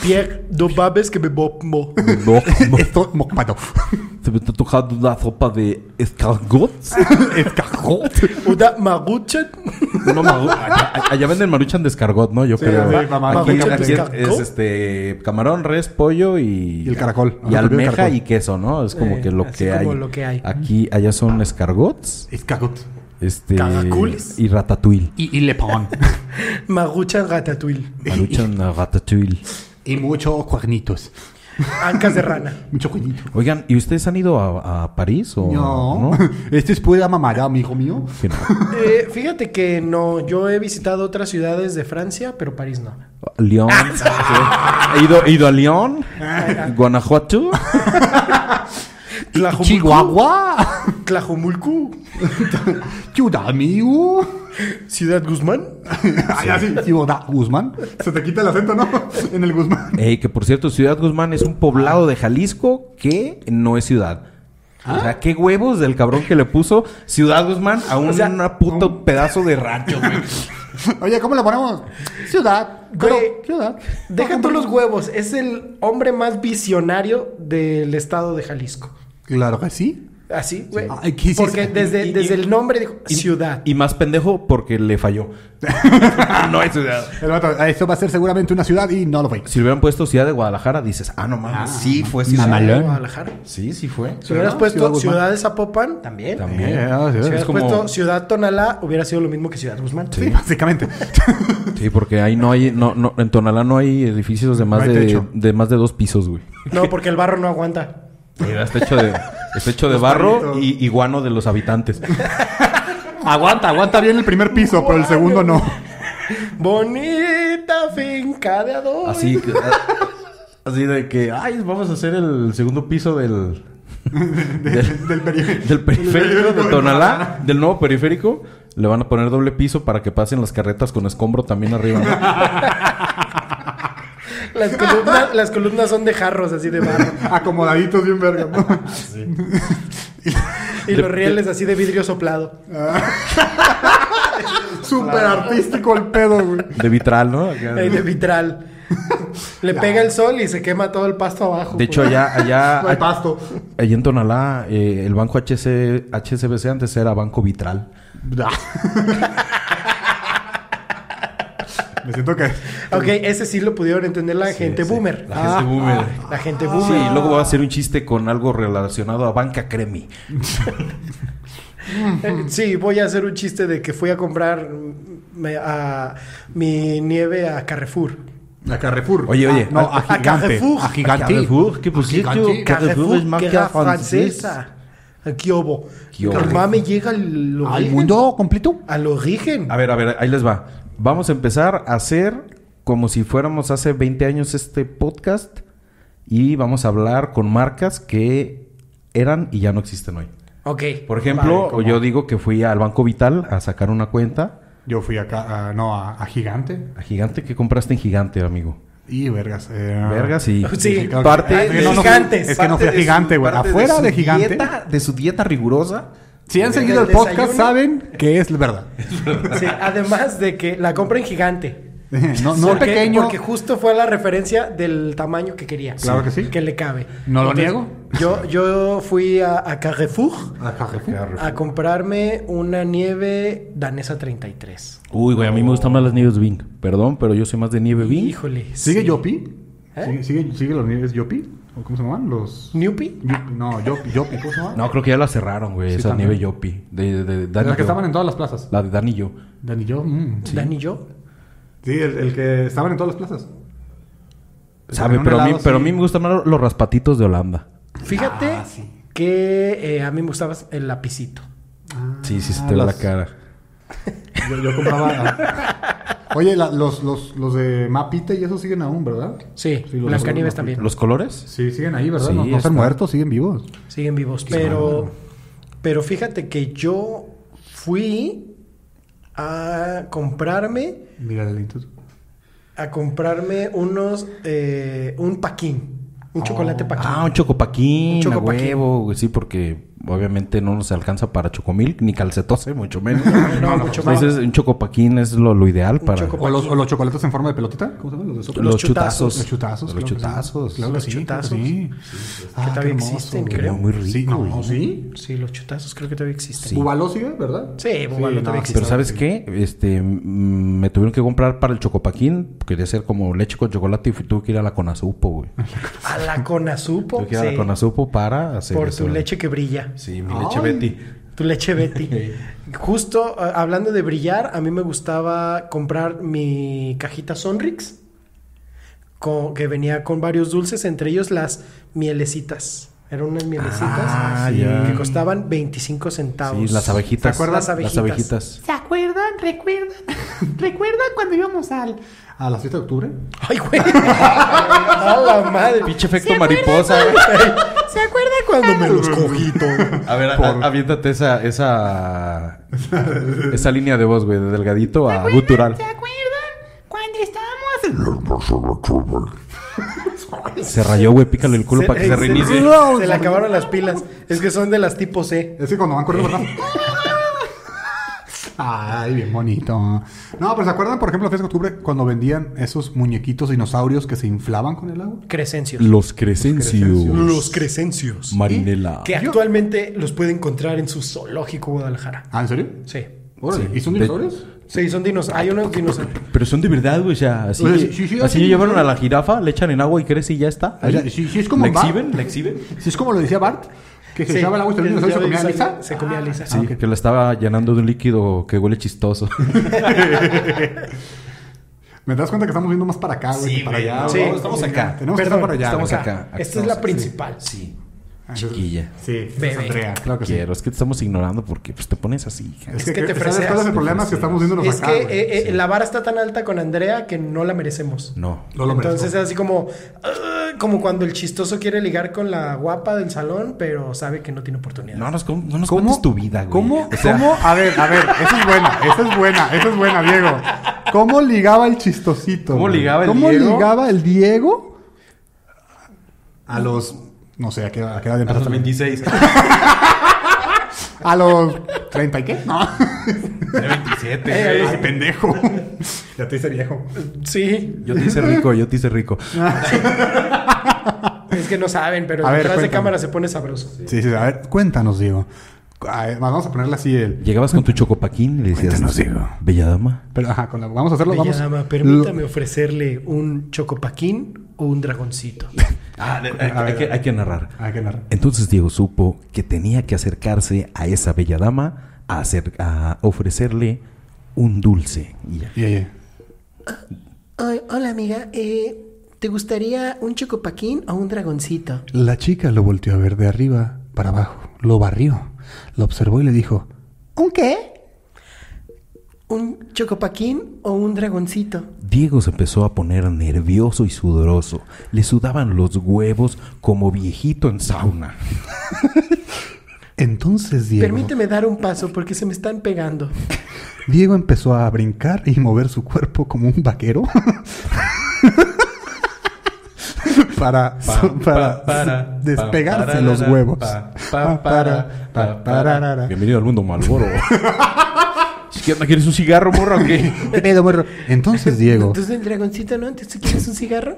Speaker 5: Pierre, no babes que me bombo.
Speaker 3: No, no.
Speaker 4: Esto mocpado.
Speaker 3: Se me está tocando una sopa de escargots.
Speaker 4: Escargot.
Speaker 5: Una maruchan.
Speaker 3: Una maru- allá, allá venden maruchan de escargot, ¿no? Yo creo.
Speaker 4: sí, mamá,
Speaker 3: Aquí
Speaker 5: maruchan
Speaker 3: aquí
Speaker 5: de
Speaker 3: es,
Speaker 5: escargot.
Speaker 3: es, este camarón, res, pollo y.
Speaker 4: Y el caracol.
Speaker 3: Y
Speaker 4: Ah, el
Speaker 3: almeja
Speaker 4: caracol.
Speaker 3: y queso, ¿no? Es como
Speaker 5: Eh,
Speaker 3: que lo
Speaker 5: así
Speaker 3: que hay.
Speaker 5: como lo que hay.
Speaker 3: Aquí, allá son escargots.
Speaker 4: Escargot.
Speaker 3: Este.
Speaker 5: Caracoles.
Speaker 3: Y ratatouille.
Speaker 4: Y, y lepón.
Speaker 5: Maruchan ratatouille.
Speaker 3: Maruchan a ratatouille.
Speaker 4: y muchos cuernitos.
Speaker 5: Ancas de rana.
Speaker 4: Mucho cuernito.
Speaker 3: Oigan, ¿y ustedes han ido a, a París o
Speaker 4: Oh, No. Este es pura mamada, amigo mío.
Speaker 3: Que no.
Speaker 5: Eh, fíjate que no, yo he visitado otras ciudades de Francia, pero París no.
Speaker 3: León. sí. He ido, he ido a León, Guanajuato.
Speaker 5: Tlajomulco,
Speaker 4: Chihuahua.
Speaker 5: Tlajomulco,
Speaker 4: Ciudad mío.
Speaker 5: Ciudad Guzmán.
Speaker 4: Ay, así, Ciudad Guzmán. Se te quita el acento, ¿no? En el Guzmán.
Speaker 3: Eh, que por cierto, Ciudad Guzmán es un poblado de Jalisco que no es ciudad. O sea, qué huevos del cabrón que le puso Ciudad Guzmán a un una puto pedazo de rancho, güey.
Speaker 4: Oye, ¿cómo le ponemos? Ciudad. Pero,
Speaker 5: Güey,
Speaker 4: ciudad.
Speaker 5: Deja todos los huevos. Es el hombre más visionario del estado de Jalisco.
Speaker 4: Claro que sí.
Speaker 5: Así, güey.
Speaker 4: Ah, ¿qué hiciste?
Speaker 5: Porque desde,
Speaker 3: Y- y-
Speaker 5: desde el nombre dijo
Speaker 3: Y-
Speaker 5: ciudad.
Speaker 3: Y más pendejo porque le falló. no es ciudad.
Speaker 4: El vato, Ah, Esto va a ser seguramente una ciudad y no lo veis.
Speaker 3: Si le hubieran puesto Ciudad de Guadalajara, dices, ah, no mames, sí fue ciudad.
Speaker 4: mamalón.
Speaker 5: Guadalajara.
Speaker 3: Sí, sí fue.
Speaker 5: Si hubieras
Speaker 4: no,
Speaker 5: puesto
Speaker 4: Ciudad
Speaker 5: Ciudad,
Speaker 4: Guzmán.
Speaker 5: de Zapopan, también.
Speaker 3: También.
Speaker 4: Eh, ah, sí,
Speaker 5: Si hubieras
Speaker 3: es como-
Speaker 5: puesto Ciudad Tonalá, hubiera sido lo mismo que Ciudad Guzmán.
Speaker 4: Sí, básicamente.
Speaker 3: Sí, porque ahí no hay, no, no, en Tonalá no hay edificios de más
Speaker 4: No hay
Speaker 3: de,
Speaker 4: techo.
Speaker 3: de más de dos pisos, güey.
Speaker 5: No, porque el barro no aguanta.
Speaker 3: Está hecho de, está hecho de barro y, y guano de los habitantes.
Speaker 4: aguanta, aguanta bien el primer piso, pero el segundo no.
Speaker 5: Bonita finca de adobe.
Speaker 4: Ah,
Speaker 3: Así, que- así de que, ay, vamos a hacer el segundo piso del, del,
Speaker 4: Del periférico.
Speaker 3: del periférico de Tonalá, del nuevo periférico. Le van a poner doble piso para que pasen las carretas con escombro también arriba. ¿no?
Speaker 5: Las columnas, las columnas son de jarros así de barro.
Speaker 4: Acomodaditos bien verga. ¿no?
Speaker 5: Y los rieles así de vidrio soplado.
Speaker 4: Súper artístico el pedo, güey.
Speaker 3: De vitral, ¿no?
Speaker 5: eh, De vitral. Le pega el sol y se quema todo el pasto abajo. pues.
Speaker 3: De hecho, allá, allá,
Speaker 4: No hay pasto.
Speaker 3: allá en Tonalá, eh, el banco HC, HCBC antes era Banco Vitral.
Speaker 4: Me siento que.
Speaker 5: Ok, ese sí lo pudieron entender la gente boomer. Ah,
Speaker 3: La gente boomer.
Speaker 5: La gente
Speaker 3: Sí,
Speaker 5: boomer.
Speaker 3: y luego va a hacer un chiste con algo relacionado a Banca Cremi.
Speaker 5: Eh, Sí, voy a hacer un chiste de que fui a comprar mm, me- a- mi nieve a Carrefour.
Speaker 4: A Carrefour.
Speaker 3: Oye, oye.
Speaker 4: Ah, no, a,
Speaker 5: a
Speaker 4: gigante.
Speaker 5: Carrefour.
Speaker 4: A gigante.
Speaker 3: Carrefour, que por cierto,
Speaker 4: Gigante.
Speaker 3: Carrefour es marca
Speaker 5: marca
Speaker 3: Pues francesa.
Speaker 5: francesa. Aquí hubo.
Speaker 3: ¿Qué hubo?
Speaker 5: Mamá me llega al
Speaker 4: Al
Speaker 5: origen.
Speaker 4: mundo completo.
Speaker 5: Al origen.
Speaker 3: A ver, a ver, ahí les va. Vamos a empezar a hacer como si fuéramos hace 20 años este podcast y vamos a hablar con marcas que eran y ya no existen hoy.
Speaker 5: Ok.
Speaker 3: Por ejemplo, yo digo que fui al Banco Vital a sacar una cuenta
Speaker 4: Yo fui acá, a- no, a, a gigante.
Speaker 3: a Gigante que compraste en Gigante, amigo.
Speaker 4: Y vergas. eh,
Speaker 3: Vergas y
Speaker 5: Ah. Sí,
Speaker 4: claro que-
Speaker 3: parte
Speaker 4: Ah, es que
Speaker 3: de
Speaker 4: no, no fui-
Speaker 5: gigantes.
Speaker 4: es que no fui a
Speaker 3: parte de
Speaker 4: gigante,
Speaker 3: su-
Speaker 4: güey.
Speaker 3: parte
Speaker 4: Afuera
Speaker 3: su
Speaker 4: de gigante.
Speaker 3: dieta- de su dieta rigurosa.
Speaker 4: Si han
Speaker 5: Desde
Speaker 4: seguido el
Speaker 5: el
Speaker 4: podcast,
Speaker 5: desayuno.
Speaker 4: saben que es verdad.
Speaker 5: Sí, además de que la compra en gigante.
Speaker 4: No, no
Speaker 5: Porque-
Speaker 4: pequeño.
Speaker 5: Porque justo fue la referencia del tamaño que quería.
Speaker 4: Claro que sí.
Speaker 5: Que le cabe.
Speaker 4: No lo niego.
Speaker 5: Yo, yo fui a, a Carrefour
Speaker 4: A Carrefour.
Speaker 5: a comprarme una nieve danesa 33.
Speaker 3: Uy, güey, a mí me gustan más las nieves Bing. Perdón, pero yo soy más de nieve Bing.
Speaker 5: Híjole.
Speaker 4: ¿Sigue
Speaker 5: sí.
Speaker 4: Yopi?
Speaker 5: ¿Eh?
Speaker 4: ¿Sigue, sigue, sigue los nieves Yopi? ¿O ¿Cómo se llaman? Los.
Speaker 5: ¿Newpi?
Speaker 4: Yupi, no, Yopi, Yopi, ¿cómo se llaman?
Speaker 3: No, creo que ya la cerraron, güey.
Speaker 4: Sí,
Speaker 3: esa
Speaker 4: también.
Speaker 3: nieve Yopi. De, de, de Dani
Speaker 4: Las que
Speaker 3: Yo.
Speaker 4: estaban en todas las plazas.
Speaker 3: La de Dani Yo.
Speaker 4: Dani yo. mm.
Speaker 5: Dan y yo.
Speaker 4: Sí, el, el que estaban en todas las plazas.
Speaker 3: Sabe,
Speaker 4: Tenía un
Speaker 3: pero, a mí,
Speaker 4: helado
Speaker 3: pero a
Speaker 4: así.
Speaker 3: mí me gustan más los raspatitos de Holanda.
Speaker 5: Fíjate
Speaker 4: Ah, sí.
Speaker 5: que eh, a mí me gustaba el lapicito.
Speaker 3: Sí, sí, se
Speaker 4: Ah,
Speaker 3: te ve la
Speaker 4: las-
Speaker 3: cara.
Speaker 4: Yo, yo compraba. ah, Oye, la- los, los, los de Mapita y eso siguen aún, ¿verdad?
Speaker 5: Sí,
Speaker 4: Sí, los-
Speaker 5: Blancanieves
Speaker 4: los-
Speaker 5: también.
Speaker 3: ¿Los colores?
Speaker 4: Sí, siguen ahí, ¿verdad?
Speaker 3: Sí,
Speaker 4: no no
Speaker 3: está.
Speaker 4: están muertos, siguen vivos.
Speaker 5: Siguen vivos. Pero, pero fíjate que yo fui a comprarme
Speaker 4: Mira el instituto.
Speaker 5: a comprarme unos eh, un paquín, un chocolate paquín.
Speaker 3: Ah, un chocopaquín,
Speaker 5: Un chocopaquín.
Speaker 3: a huevo, güey, sí, porque obviamente no nos alcanza para chocomil, ni calcetose, mucho menos.
Speaker 5: no, mucho más.
Speaker 3: Entonces, un chocopaquín es lo, lo ideal para
Speaker 5: chocopaquín.
Speaker 4: O los, o los chocolates en forma de pelotita. ¿Cómo se llaman? Los de sopa.
Speaker 3: los
Speaker 5: Los chutazos.
Speaker 3: chutazos.
Speaker 4: Los chutazos.
Speaker 3: Los
Speaker 4: claro que sí.
Speaker 3: chutazos.
Speaker 4: Claro que
Speaker 5: Los
Speaker 4: sí, creo que
Speaker 5: chutazos.
Speaker 4: Sí. Ah, qué
Speaker 5: todavía
Speaker 4: hermoso,
Speaker 5: existen,
Speaker 4: güey.
Speaker 5: creo.
Speaker 3: Muy rico,
Speaker 4: Sí, no,
Speaker 3: güey.
Speaker 4: sí.
Speaker 5: Sí, los chutazos creo que todavía existen.
Speaker 3: Sí.
Speaker 4: Bubaló sigue, ¿verdad?
Speaker 5: Sí, Bubaló todavía existe.
Speaker 3: Pero ¿sabes qué? Este, mm, me tuvieron que comprar para el chocopaquín, quería hacer como leche con chocolate y fui- tuve que ir a la Conazupo, güey.
Speaker 5: A la Conazupo,
Speaker 3: Tuve que ir a la
Speaker 5: sí,
Speaker 3: Conazupo para hacer
Speaker 5: por
Speaker 3: eso.
Speaker 5: tu leche que brilla.
Speaker 3: Sí, mi
Speaker 4: Ay.
Speaker 3: leche Betty.
Speaker 5: Tu leche Betty. Justo ah, hablando de brillar, a mí me gustaba comprar mi cajita Sonrix con- que venía con varios dulces, entre ellos las mielecitas. Eran unas mielecitas
Speaker 3: Ah,
Speaker 5: sí,
Speaker 3: ya.
Speaker 5: que costaban 25 centavos.
Speaker 3: Sí, las
Speaker 5: ¿Te
Speaker 3: abejitas.
Speaker 5: acuerdas? Las abejitas.
Speaker 3: Las abejitas.
Speaker 7: ¿Se acuerdan? ¿Recuerdan? ¿Recuerdan cuando íbamos al...
Speaker 4: A las 7 de octubre.
Speaker 5: Ay, güey. A la madre.
Speaker 3: Pinche efecto
Speaker 7: ¿Se acuerdan
Speaker 3: mariposa.
Speaker 7: cuando- ¿Se acuerdan
Speaker 4: Ah,
Speaker 7: cuando me los
Speaker 4: Cojito.
Speaker 3: A ver, a- a- aviéntate esa, esa, esa línea de voz, güey, de delgadito a gutural.
Speaker 7: ¿Se acuerdan cuando estábamos...
Speaker 3: Se rayó, güey, pícale el culo para que se reinicie.
Speaker 5: Se, le acabaron las pilas. Es que son de las tipo C.
Speaker 4: Es que cuando van corriendo, ¿verdad? Ay, bien bonito. No, pero ¿se acuerdan, por ejemplo, la fiesta de octubre cuando vendían esos muñequitos dinosaurios que se inflaban con el agua?
Speaker 5: Crescencios.
Speaker 3: Los Crescencios.
Speaker 5: Los Crescencios.
Speaker 3: Marinela.
Speaker 5: Que actualmente los puede encontrar en su zoológico Guadalajara.
Speaker 4: Ah, ¿en serio?
Speaker 5: Sí.
Speaker 4: Órale. ¿Y son
Speaker 3: De-
Speaker 4: dinosaurios?
Speaker 5: Sí, son dinosaurios. Hay unos dinosaurios.
Speaker 3: Pero son de verdad, güey, o sea, así,
Speaker 4: O sea, Pues, sí, sí, sí,
Speaker 3: así
Speaker 4: sí,
Speaker 3: llevaron
Speaker 4: sí.
Speaker 3: a la jirafa, le echan en agua y crece y ya está.
Speaker 4: O sea, sí, sí, es como
Speaker 3: ¿La
Speaker 4: un bar.
Speaker 3: exhiben? ¿La exhiben?
Speaker 4: Si es como lo decía Bart, que se
Speaker 5: Sí.
Speaker 4: echaba el agua y también el dinosaurio se comía
Speaker 5: Dinosaurio
Speaker 4: lisa. Ah,
Speaker 5: se comía lisa,
Speaker 3: Sí, que la estaba llenando de un líquido que huele chistoso.
Speaker 4: Me das cuenta que estamos viendo más para acá, güey, que para
Speaker 3: güey,
Speaker 4: allá.
Speaker 3: no,
Speaker 5: Sí.
Speaker 4: güey.
Speaker 3: estamos acá.
Speaker 4: Tenemos que
Speaker 5: Perdón,
Speaker 4: estar para allá.
Speaker 3: estamos
Speaker 4: güey.
Speaker 3: acá.
Speaker 5: Esta es la principal.
Speaker 3: Sí.
Speaker 4: Ah,
Speaker 3: Chiquilla.
Speaker 4: Sí,
Speaker 5: Bebé.
Speaker 4: es Andrea, claro que sí.
Speaker 3: Quiero, es que te estamos ignorando porque pues, te pones así. hija.
Speaker 4: Es
Speaker 5: que
Speaker 4: que,
Speaker 5: te
Speaker 4: que- ¿sabes cuál es
Speaker 5: freseas,
Speaker 4: el problema? Es que estamos viéndonos
Speaker 5: Es
Speaker 4: acá,
Speaker 5: que
Speaker 4: güey.
Speaker 5: eh, eh, la vara está tan alta con Andrea que no la merecemos.
Speaker 3: No.
Speaker 4: No lo merezco.
Speaker 5: Entonces es así como, "Ugh", como cuando el chistoso quiere ligar con la guapa del salón, pero sabe que no tiene oportunidad.
Speaker 3: No nos, no nos cuentes tu vida, güey.
Speaker 4: ¿Cómo?
Speaker 3: O sea,
Speaker 4: ¿Cómo? A ver, a ver, esa es buena, esa es buena, esa es buena, Diego. ¿Cómo ligaba el chistosito?
Speaker 3: ¿Cómo
Speaker 4: güey?
Speaker 3: ligaba el
Speaker 4: ¿Cómo
Speaker 3: Diego?
Speaker 4: ligaba el Diego? A los. No sé, ¿a qué, a qué edad empezaste?
Speaker 3: 26.
Speaker 4: A los 30 y qué? No. Ay,
Speaker 5: Eh,
Speaker 3: 27.
Speaker 4: pendejo. ya te hice viejo.
Speaker 5: Sí,
Speaker 3: Yo te hice rico, yo te hice rico.
Speaker 4: Ah.
Speaker 5: es que no saben, pero
Speaker 4: A ver,
Speaker 5: detrás de
Speaker 4: cuéntame.
Speaker 5: cámara se pone sabroso.
Speaker 4: Sí, sí, a ver, cuéntanos, Diego. A ver, vamos a ponerle así el.
Speaker 3: Llegabas con tu chocopaquín y le decías,
Speaker 4: Cuéntanos, Diego.
Speaker 3: Bella dama.
Speaker 4: Pero, ajá, con la- vamos a hacerlo.
Speaker 5: Bella
Speaker 4: vamos.
Speaker 5: dama, permítame ofrecerle un chocopaquín o un dragoncito.
Speaker 3: Ah, hay, hay que, hay que narrar.
Speaker 4: Lo- Hay que narrar.
Speaker 3: Entonces Diego supo que tenía que acercarse a esa bella dama a, hacer, a ofrecerle un dulce. Y ya.
Speaker 4: Y, y-
Speaker 5: "Ay, hola amiga, eh, ¿te gustaría un chocopaquín o un dragoncito?
Speaker 4: La chica lo volteó a ver de arriba para abajo, lo barrió, lo observó y le dijo,
Speaker 7: ¿Un qué?
Speaker 5: ¿Un chocopaquín o un dragoncito?
Speaker 3: Diego se empezó a poner nervioso y sudoroso. Le sudaban los huevos como viejito en sauna.
Speaker 4: entonces Diego...
Speaker 5: Permíteme dar un paso porque se me están pegando.
Speaker 4: Diego empezó a brincar y mover su cuerpo como un vaquero. para, so- para, despegarse los huevos. Pa, para, pa, pararara.
Speaker 3: Bienvenido al mundo Malboro. ¿Qué onda? ¿Quieres un cigarro, morro? o qué?
Speaker 4: ¿Qué pedo, morro? Entonces Diego,
Speaker 5: Entonces el dragoncito, ¿no? ¿Entonces quieres un cigarro?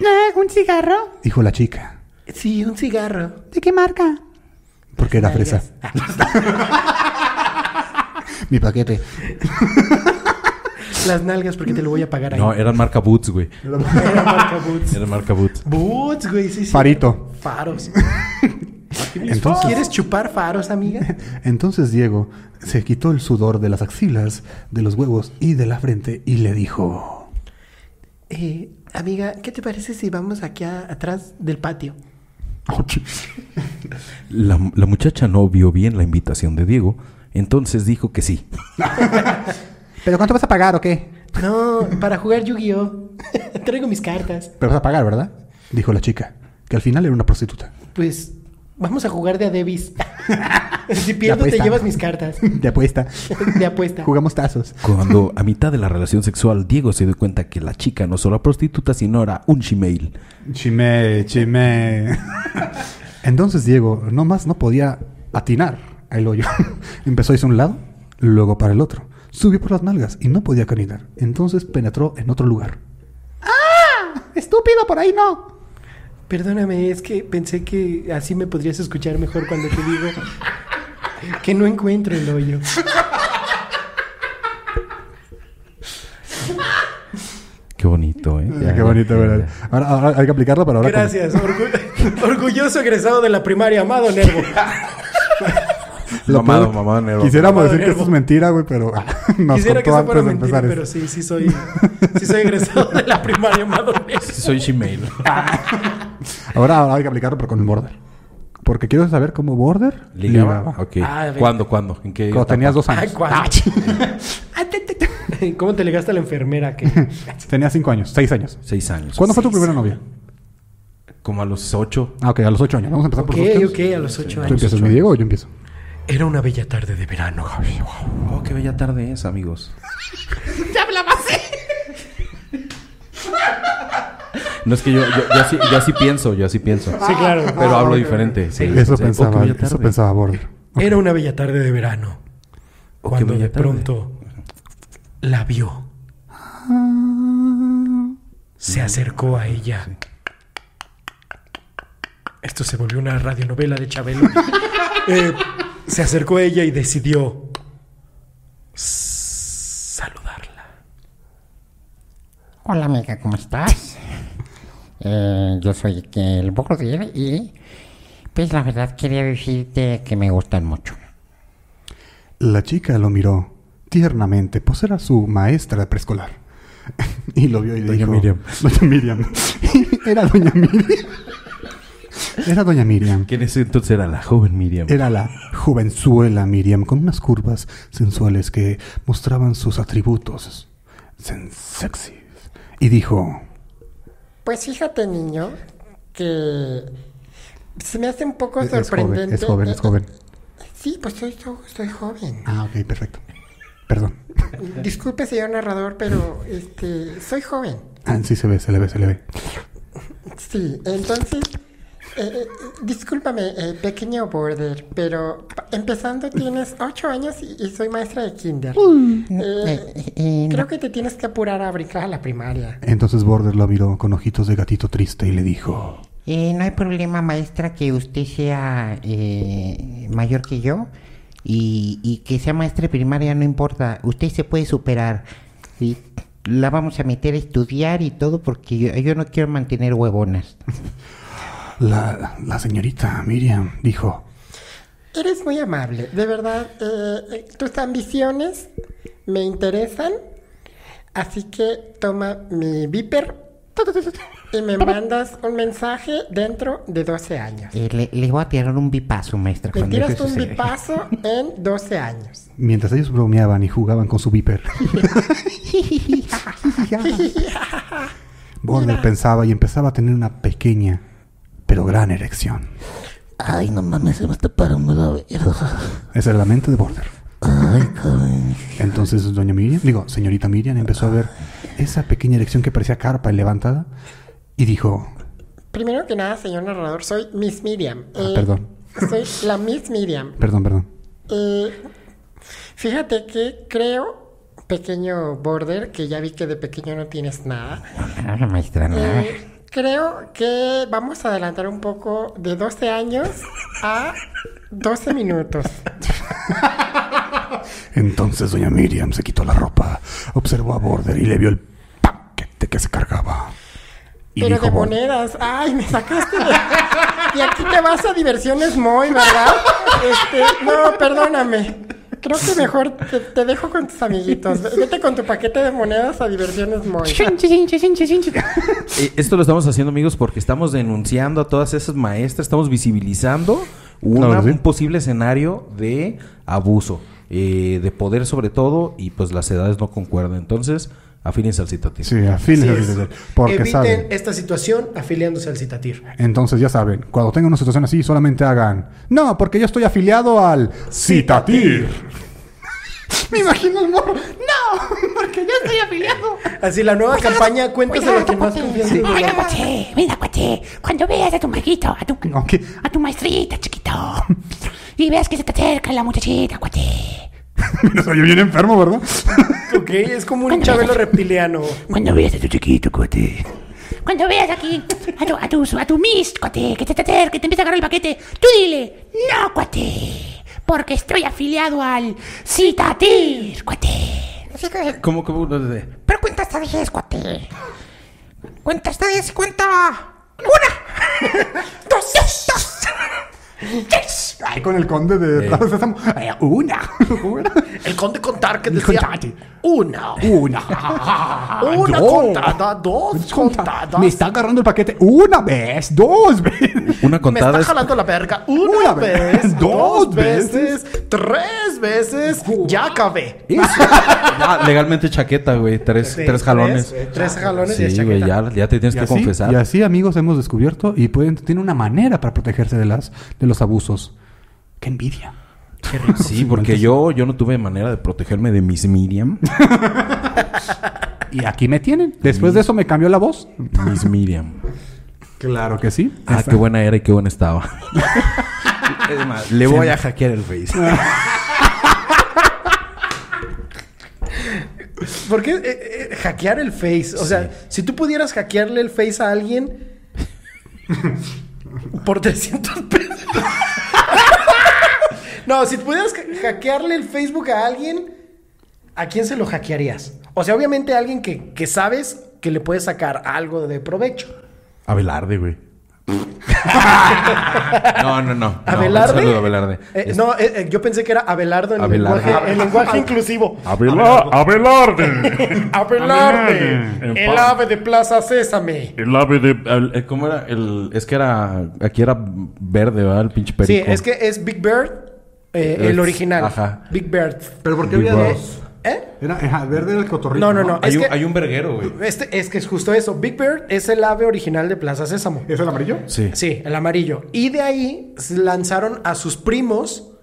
Speaker 7: Ah, ¿Un cigarro?
Speaker 4: dijo la chica,
Speaker 5: Sí, un cigarro.
Speaker 7: ¿De qué marca?
Speaker 4: porque era
Speaker 5: Ah,
Speaker 4: fresa. Mi paquete.
Speaker 5: Las nalgas porque te lo voy a pagar ahí.
Speaker 4: eh.
Speaker 3: No, era marca Boots, güey.
Speaker 5: Era marca Boots.
Speaker 3: Era marca Boots.
Speaker 5: Boots, güey, sí, sí.
Speaker 4: Farito.
Speaker 5: Faros.
Speaker 4: Entonces,
Speaker 5: ¿Quieres chupar faros, amiga?
Speaker 4: entonces Diego se quitó el sudor de las axilas, de los huevos y de la frente y le dijo,
Speaker 5: Eh, amiga, ¿qué te parece si vamos aquí a- atrás del patio?
Speaker 4: "Auch".
Speaker 3: La, la muchacha no vio bien la invitación de Diego, entonces dijo que sí.
Speaker 4: ¿pero cuánto vas a pagar o qué?
Speaker 5: No, para jugar Yu-Gi-Oh! Traigo mis cartas.
Speaker 4: Pero vas a pagar, ¿verdad? Dijo la chica, que al final era una prostituta.
Speaker 5: Pues vamos a jugar de a Davis. si pierdo, te
Speaker 4: apuesta.
Speaker 5: llevas mis cartas.
Speaker 4: De apuesta.
Speaker 5: De apuesta.
Speaker 4: Jugamos tazos.
Speaker 3: Cuando a mitad de la relación sexual Diego se dio cuenta que la chica no solo era prostituta, sino era un shemale.
Speaker 4: Chime, chime. Entonces Diego nomás no podía atinar al hoyo. Empezó hacia un lado, luego para el otro. Subió por las nalgas y no podía caminar. Entonces penetró en otro lugar.
Speaker 7: Estúpido, por ahí no.
Speaker 5: Perdóname, es que pensé que así me podrías escuchar mejor cuando te digo que no encuentro el hoyo.
Speaker 3: Qué bonito, ¿eh? Ya,
Speaker 4: Qué
Speaker 3: ya,
Speaker 4: bonito,
Speaker 3: ya,
Speaker 4: ¿verdad?
Speaker 3: ya.
Speaker 4: Ahora, ahora hay que aplicarlo, pero ahora. con-
Speaker 5: Gracias, orgu- orgulloso egresado de la primaria, amado Nervo.
Speaker 4: lo
Speaker 3: Mamado,
Speaker 4: peor-
Speaker 3: mamado, negro.
Speaker 4: Quisiéramos
Speaker 5: Mamado,
Speaker 4: decir que
Speaker 5: negro.
Speaker 4: esto es mentira, güey, pero ah, nos
Speaker 5: Quisiera que eso
Speaker 4: contó
Speaker 5: fuera
Speaker 4: antes de
Speaker 5: mentira,
Speaker 4: empezar
Speaker 5: pero
Speaker 4: esto.
Speaker 5: sí, sí soy, sí soy egresado de la primaria, amado Nervo.
Speaker 3: Soy shemale.
Speaker 4: Ahora, ahora hay que aplicarlo, pero con el border. Porque quiero saber cómo border
Speaker 3: ¿Ligaba? Ok.
Speaker 5: Ah, a ver.
Speaker 3: ¿Cuándo, cuándo? ¿En qué
Speaker 4: Cuando
Speaker 3: etapa?
Speaker 4: tenías dos
Speaker 5: Ay,
Speaker 4: años.
Speaker 5: cuál. ¿Cómo te ligaste a la enfermera? Que...
Speaker 4: Tenías cinco años, seis años.
Speaker 3: Seis años.
Speaker 4: ¿Cuándo fue tu primera novia?
Speaker 3: Como a los ocho.
Speaker 4: Ah, ok, a los ocho años. Vamos a empezar
Speaker 5: Ok,
Speaker 4: por los ocho.
Speaker 5: ok, a los ocho
Speaker 4: ¿Tú
Speaker 5: años.
Speaker 4: empiezas, mi Diego, o yo empiezo?
Speaker 5: Era una bella tarde de verano.
Speaker 3: Oh, qué bella tarde es, amigos.
Speaker 7: Ya hablaba así.
Speaker 3: No es que yo, yo, yo sí, yo así pienso, yo así pienso.
Speaker 5: Sí, claro.
Speaker 3: Pero hablo diferente. Sí,
Speaker 4: Eso
Speaker 3: sí. Oh,
Speaker 4: pensaba,
Speaker 3: qué bella
Speaker 4: eso
Speaker 3: tarde.
Speaker 4: pensaba Border.
Speaker 5: Era una bella tarde de verano.
Speaker 3: Oh, qué
Speaker 5: cuando
Speaker 3: bella
Speaker 5: de
Speaker 3: tarde.
Speaker 5: pronto la vio. Se acercó a ella. Esto se volvió una radionovela de Chabelo. Eh, se acercó a ella y decidió saludarla.
Speaker 8: Hola amiga, ¿cómo estás? Eh, yo soy el Border y pues la verdad quería decirte que me gustan mucho.
Speaker 4: La chica lo miró tiernamente, pues era su maestra de preescolar. y lo vio y le
Speaker 3: Doña
Speaker 4: dijo...
Speaker 3: Miriam.
Speaker 4: Doña Miriam. era Doña Miriam. era Doña Miriam.
Speaker 3: ¿Quién es entonces era la joven Miriam?
Speaker 4: Era la jovenzuela Miriam con unas curvas sensuales que mostraban sus atributos sen- sexys. Y dijo...
Speaker 8: Pues fíjate niño, que se me hace un poco
Speaker 4: "Es- Es joven,
Speaker 8: sorprendente.
Speaker 4: es joven, es joven.
Speaker 8: Sí, pues soy, so- soy joven.
Speaker 4: Ah, ok, perfecto. Perdón.
Speaker 8: Disculpe señor narrador, pero este soy joven.
Speaker 4: Ah, sí se ve, se le ve, se le ve.
Speaker 8: Sí, entonces, eh, eh, discúlpame, eh, pequeño border, pero pa- empezando tienes ocho años y, y soy maestra de kinder. Eh, creo que te tienes que apurar a brincar a la primaria.
Speaker 4: Entonces Border lo miró con ojitos de gatito triste y le dijo...
Speaker 9: Eh, no hay problema, maestra, que usted sea eh, mayor que yo y, y que sea maestra de primaria, no importa. Usted se puede superar. ¿sí? La vamos a meter a estudiar y todo porque yo, yo no quiero mantener huevonas.
Speaker 4: La, la señorita Miriam dijo...
Speaker 8: Eres muy amable, de verdad. eh, eh, tus ambiciones me interesan. Así que toma mi viper y me mandas un mensaje dentro de 12 años.
Speaker 9: Eh, le, le voy a tirar un bipazo, maestra.
Speaker 8: Me
Speaker 9: cuando
Speaker 8: tiras
Speaker 9: eso
Speaker 8: un
Speaker 9: suceda.
Speaker 8: bipazo en 12 años.
Speaker 4: Mientras ellos bromeaban y jugaban con su viper. Warner pensaba y empezaba a tener una pequeña, pero gran erección.
Speaker 9: Ay, no mames, se me está parando la verga.
Speaker 4: Esa era la mente de Border.
Speaker 9: Ay, cabrón.
Speaker 4: Entonces doña Miriam, digo, señorita Miriam empezó a ver esa pequeña erección que parecía carpa y levantada y dijo,
Speaker 8: Primero que nada, señor narrador, soy Miss Miriam. Eh,
Speaker 4: Ah, perdón.
Speaker 8: Soy la Miss Miriam.
Speaker 4: perdón, perdón.
Speaker 8: Eh, fíjate que creo, pequeño border, que ya vi que de pequeño no tienes nada.
Speaker 9: Ay, maestra, no.
Speaker 8: Eh, creo que vamos a adelantar un poco de 12 años a 12 minutos.
Speaker 4: Entonces doña Miriam se quitó la ropa, observó a Border y le vio el paquete que se cargaba. Y
Speaker 8: Pero de
Speaker 4: Bor-
Speaker 8: monedas. Ay, me sacaste de... Y aquí te vas a diversiones muy, ¿verdad? Este, no, perdóname. Creo que mejor te, te dejo con tus amiguitos. Ve- Vete con tu paquete de monedas a diversiones muy.
Speaker 3: Eh, Esto lo estamos haciendo, amigos, porque estamos denunciando a todas esas maestras, estamos visibilizando una-
Speaker 4: Claro que sí.
Speaker 3: un posible escenario de abuso, eh, de poder sobre todo, y pues las edades no concuerdan. Entonces, afínense al citativo.
Speaker 4: Sí,
Speaker 5: Así
Speaker 4: afines,
Speaker 5: es.
Speaker 4: afines, porque
Speaker 5: Eviten
Speaker 4: saben.
Speaker 5: esta situación afiliándose al Citatir.
Speaker 4: Entonces ya saben, cuando tengan una situación así solamente hagan, no, porque yo estoy afiliado al Citatir.
Speaker 7: Me imagino el morro. ¡No! Porque yo estoy afiliado.
Speaker 5: Así la nueva campaña, cuéntaselo a quien más confianza le
Speaker 7: Mira,
Speaker 5: da.
Speaker 7: cuaché, mira, cuaché. Cuando veas a tu maguito, a tu,
Speaker 4: Ok.
Speaker 7: a tu maestrita, chiquito. Y veas que se te acerca la muchachita, cuaché.
Speaker 4: Mira, soy bien enfermo, ¿verdad?
Speaker 5: Ok, es como un chabelo reptiliano.
Speaker 7: Cuando veas a tu chiquito, cuate. Cuando veas aquí a tu, a tu, a tu mist, cuate, que se te acerque, te empieza a agarrar el paquete, tú dile, no, cuate, porque estoy afiliado al Citatir, cuate.
Speaker 3: ¿Cómo, cómo? No, no, no.
Speaker 7: Pero cuenta hasta 10, cuate. Cuenta hasta 10, cuenta. Una, dos, dos, dos, tres.
Speaker 4: Ay, con el conde de Plaza Sésamo. Ay, Una. ¿Cómo era?
Speaker 5: El conde contar que decía
Speaker 4: Contate.
Speaker 5: una,
Speaker 4: Una.
Speaker 5: una
Speaker 4: Dos.
Speaker 5: contada,
Speaker 8: Pues
Speaker 5: dos contadas.
Speaker 4: Me está agarrando el paquete una vez, dos veces.
Speaker 3: Una
Speaker 5: Me está
Speaker 3: contada es-
Speaker 5: jalando la verga una,
Speaker 4: Una
Speaker 5: vez,
Speaker 4: vez,
Speaker 5: dos,
Speaker 4: dos
Speaker 5: veces, tres veces, ya acabé.
Speaker 3: Eso. Ya, Ah, legalmente chaqueta, güey. Tres,
Speaker 5: Sí,
Speaker 3: tres jalones. Ah,
Speaker 5: Tres, tres jalones y es
Speaker 3: Sí,
Speaker 5: chaqueta.
Speaker 3: güey, ya, ya te tienes que confesar.
Speaker 4: y así, amigos, hemos descubierto y pueden, tiene una manera para protegerse de, las, de los abusos. ¡Qué envidia!
Speaker 3: Sí, porque yo, yo no tuve manera de protegerme de Miss Miriam.
Speaker 4: Y aquí me tienen. Después de eso me cambió la voz.
Speaker 3: Miss Miriam.
Speaker 4: Claro que sí.
Speaker 3: Ah, qué buena era y qué buena estaba. es más, le voy a hackear el Face.
Speaker 5: Porque eh, eh, hackear el face, o sea, si tú pudieras hackearle el face a alguien por 300 pesos. no, si pudieras ha- hackearle el Facebook a alguien, ¿a quién se lo hackearías? O sea, obviamente a alguien que, que sabes que le puedes sacar algo de provecho.
Speaker 3: Abelarde, güey. no, no, no. No,
Speaker 5: Abelarde.
Speaker 3: Un saludo, Abelarde.
Speaker 5: Eh,
Speaker 3: Es-
Speaker 5: no, eh, eh, yo pensé que era Abelardo en el
Speaker 3: Abelardo.
Speaker 5: lenguaje, el lenguaje inclusivo.
Speaker 2: Abelarde.
Speaker 5: Abelardo, el ave de Plaza Sésame.
Speaker 2: El ave de...
Speaker 3: el- eh, ¿Cómo era? El, es que era. Aquí era verde, ¿verdad? El pinche
Speaker 5: Sí,
Speaker 3: perico.
Speaker 5: es que es Big Bird, eh, el
Speaker 3: Es-
Speaker 5: original.
Speaker 3: ajá.
Speaker 5: Big Bird.
Speaker 4: Pero ¿por
Speaker 3: qué había
Speaker 5: Eh, ¿eh?
Speaker 4: Era, verde el cotorrito.
Speaker 5: No, no, no.
Speaker 3: Hay,
Speaker 5: es,
Speaker 3: un,
Speaker 5: que,
Speaker 3: hay un verguero, güey.
Speaker 5: este, es que es justo eso. Big Bird es el ave original de Plaza Sésamo.
Speaker 4: ¿Es el amarillo?
Speaker 3: Sí.
Speaker 5: Sí, el amarillo. Y de ahí s- lanzaron a sus primos,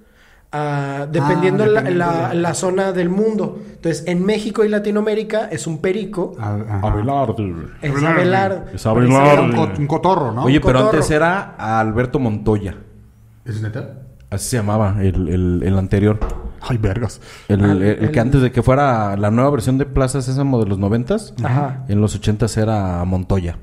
Speaker 5: ah, dependiendo la, la- la zona del mundo. Entonces, en México y Latinoamérica es un perico.
Speaker 4: Ah,
Speaker 2: Abelarde.
Speaker 5: Es Abelardo.
Speaker 2: Es Abelarde.
Speaker 4: cotorro, ¿no?
Speaker 3: Oye, pero
Speaker 5: Cotorro.
Speaker 3: antes era a Alberto Montoya.
Speaker 4: ¿Es neta?
Speaker 3: Así se llamaba el, el- el anterior.
Speaker 4: Ay, vergas.
Speaker 3: El,
Speaker 5: Ah,
Speaker 3: el- el que antes de que fuera la nueva versión de Plaza Sésamo de los noventas.
Speaker 5: Ajá.
Speaker 3: En los ochentas era Montoya.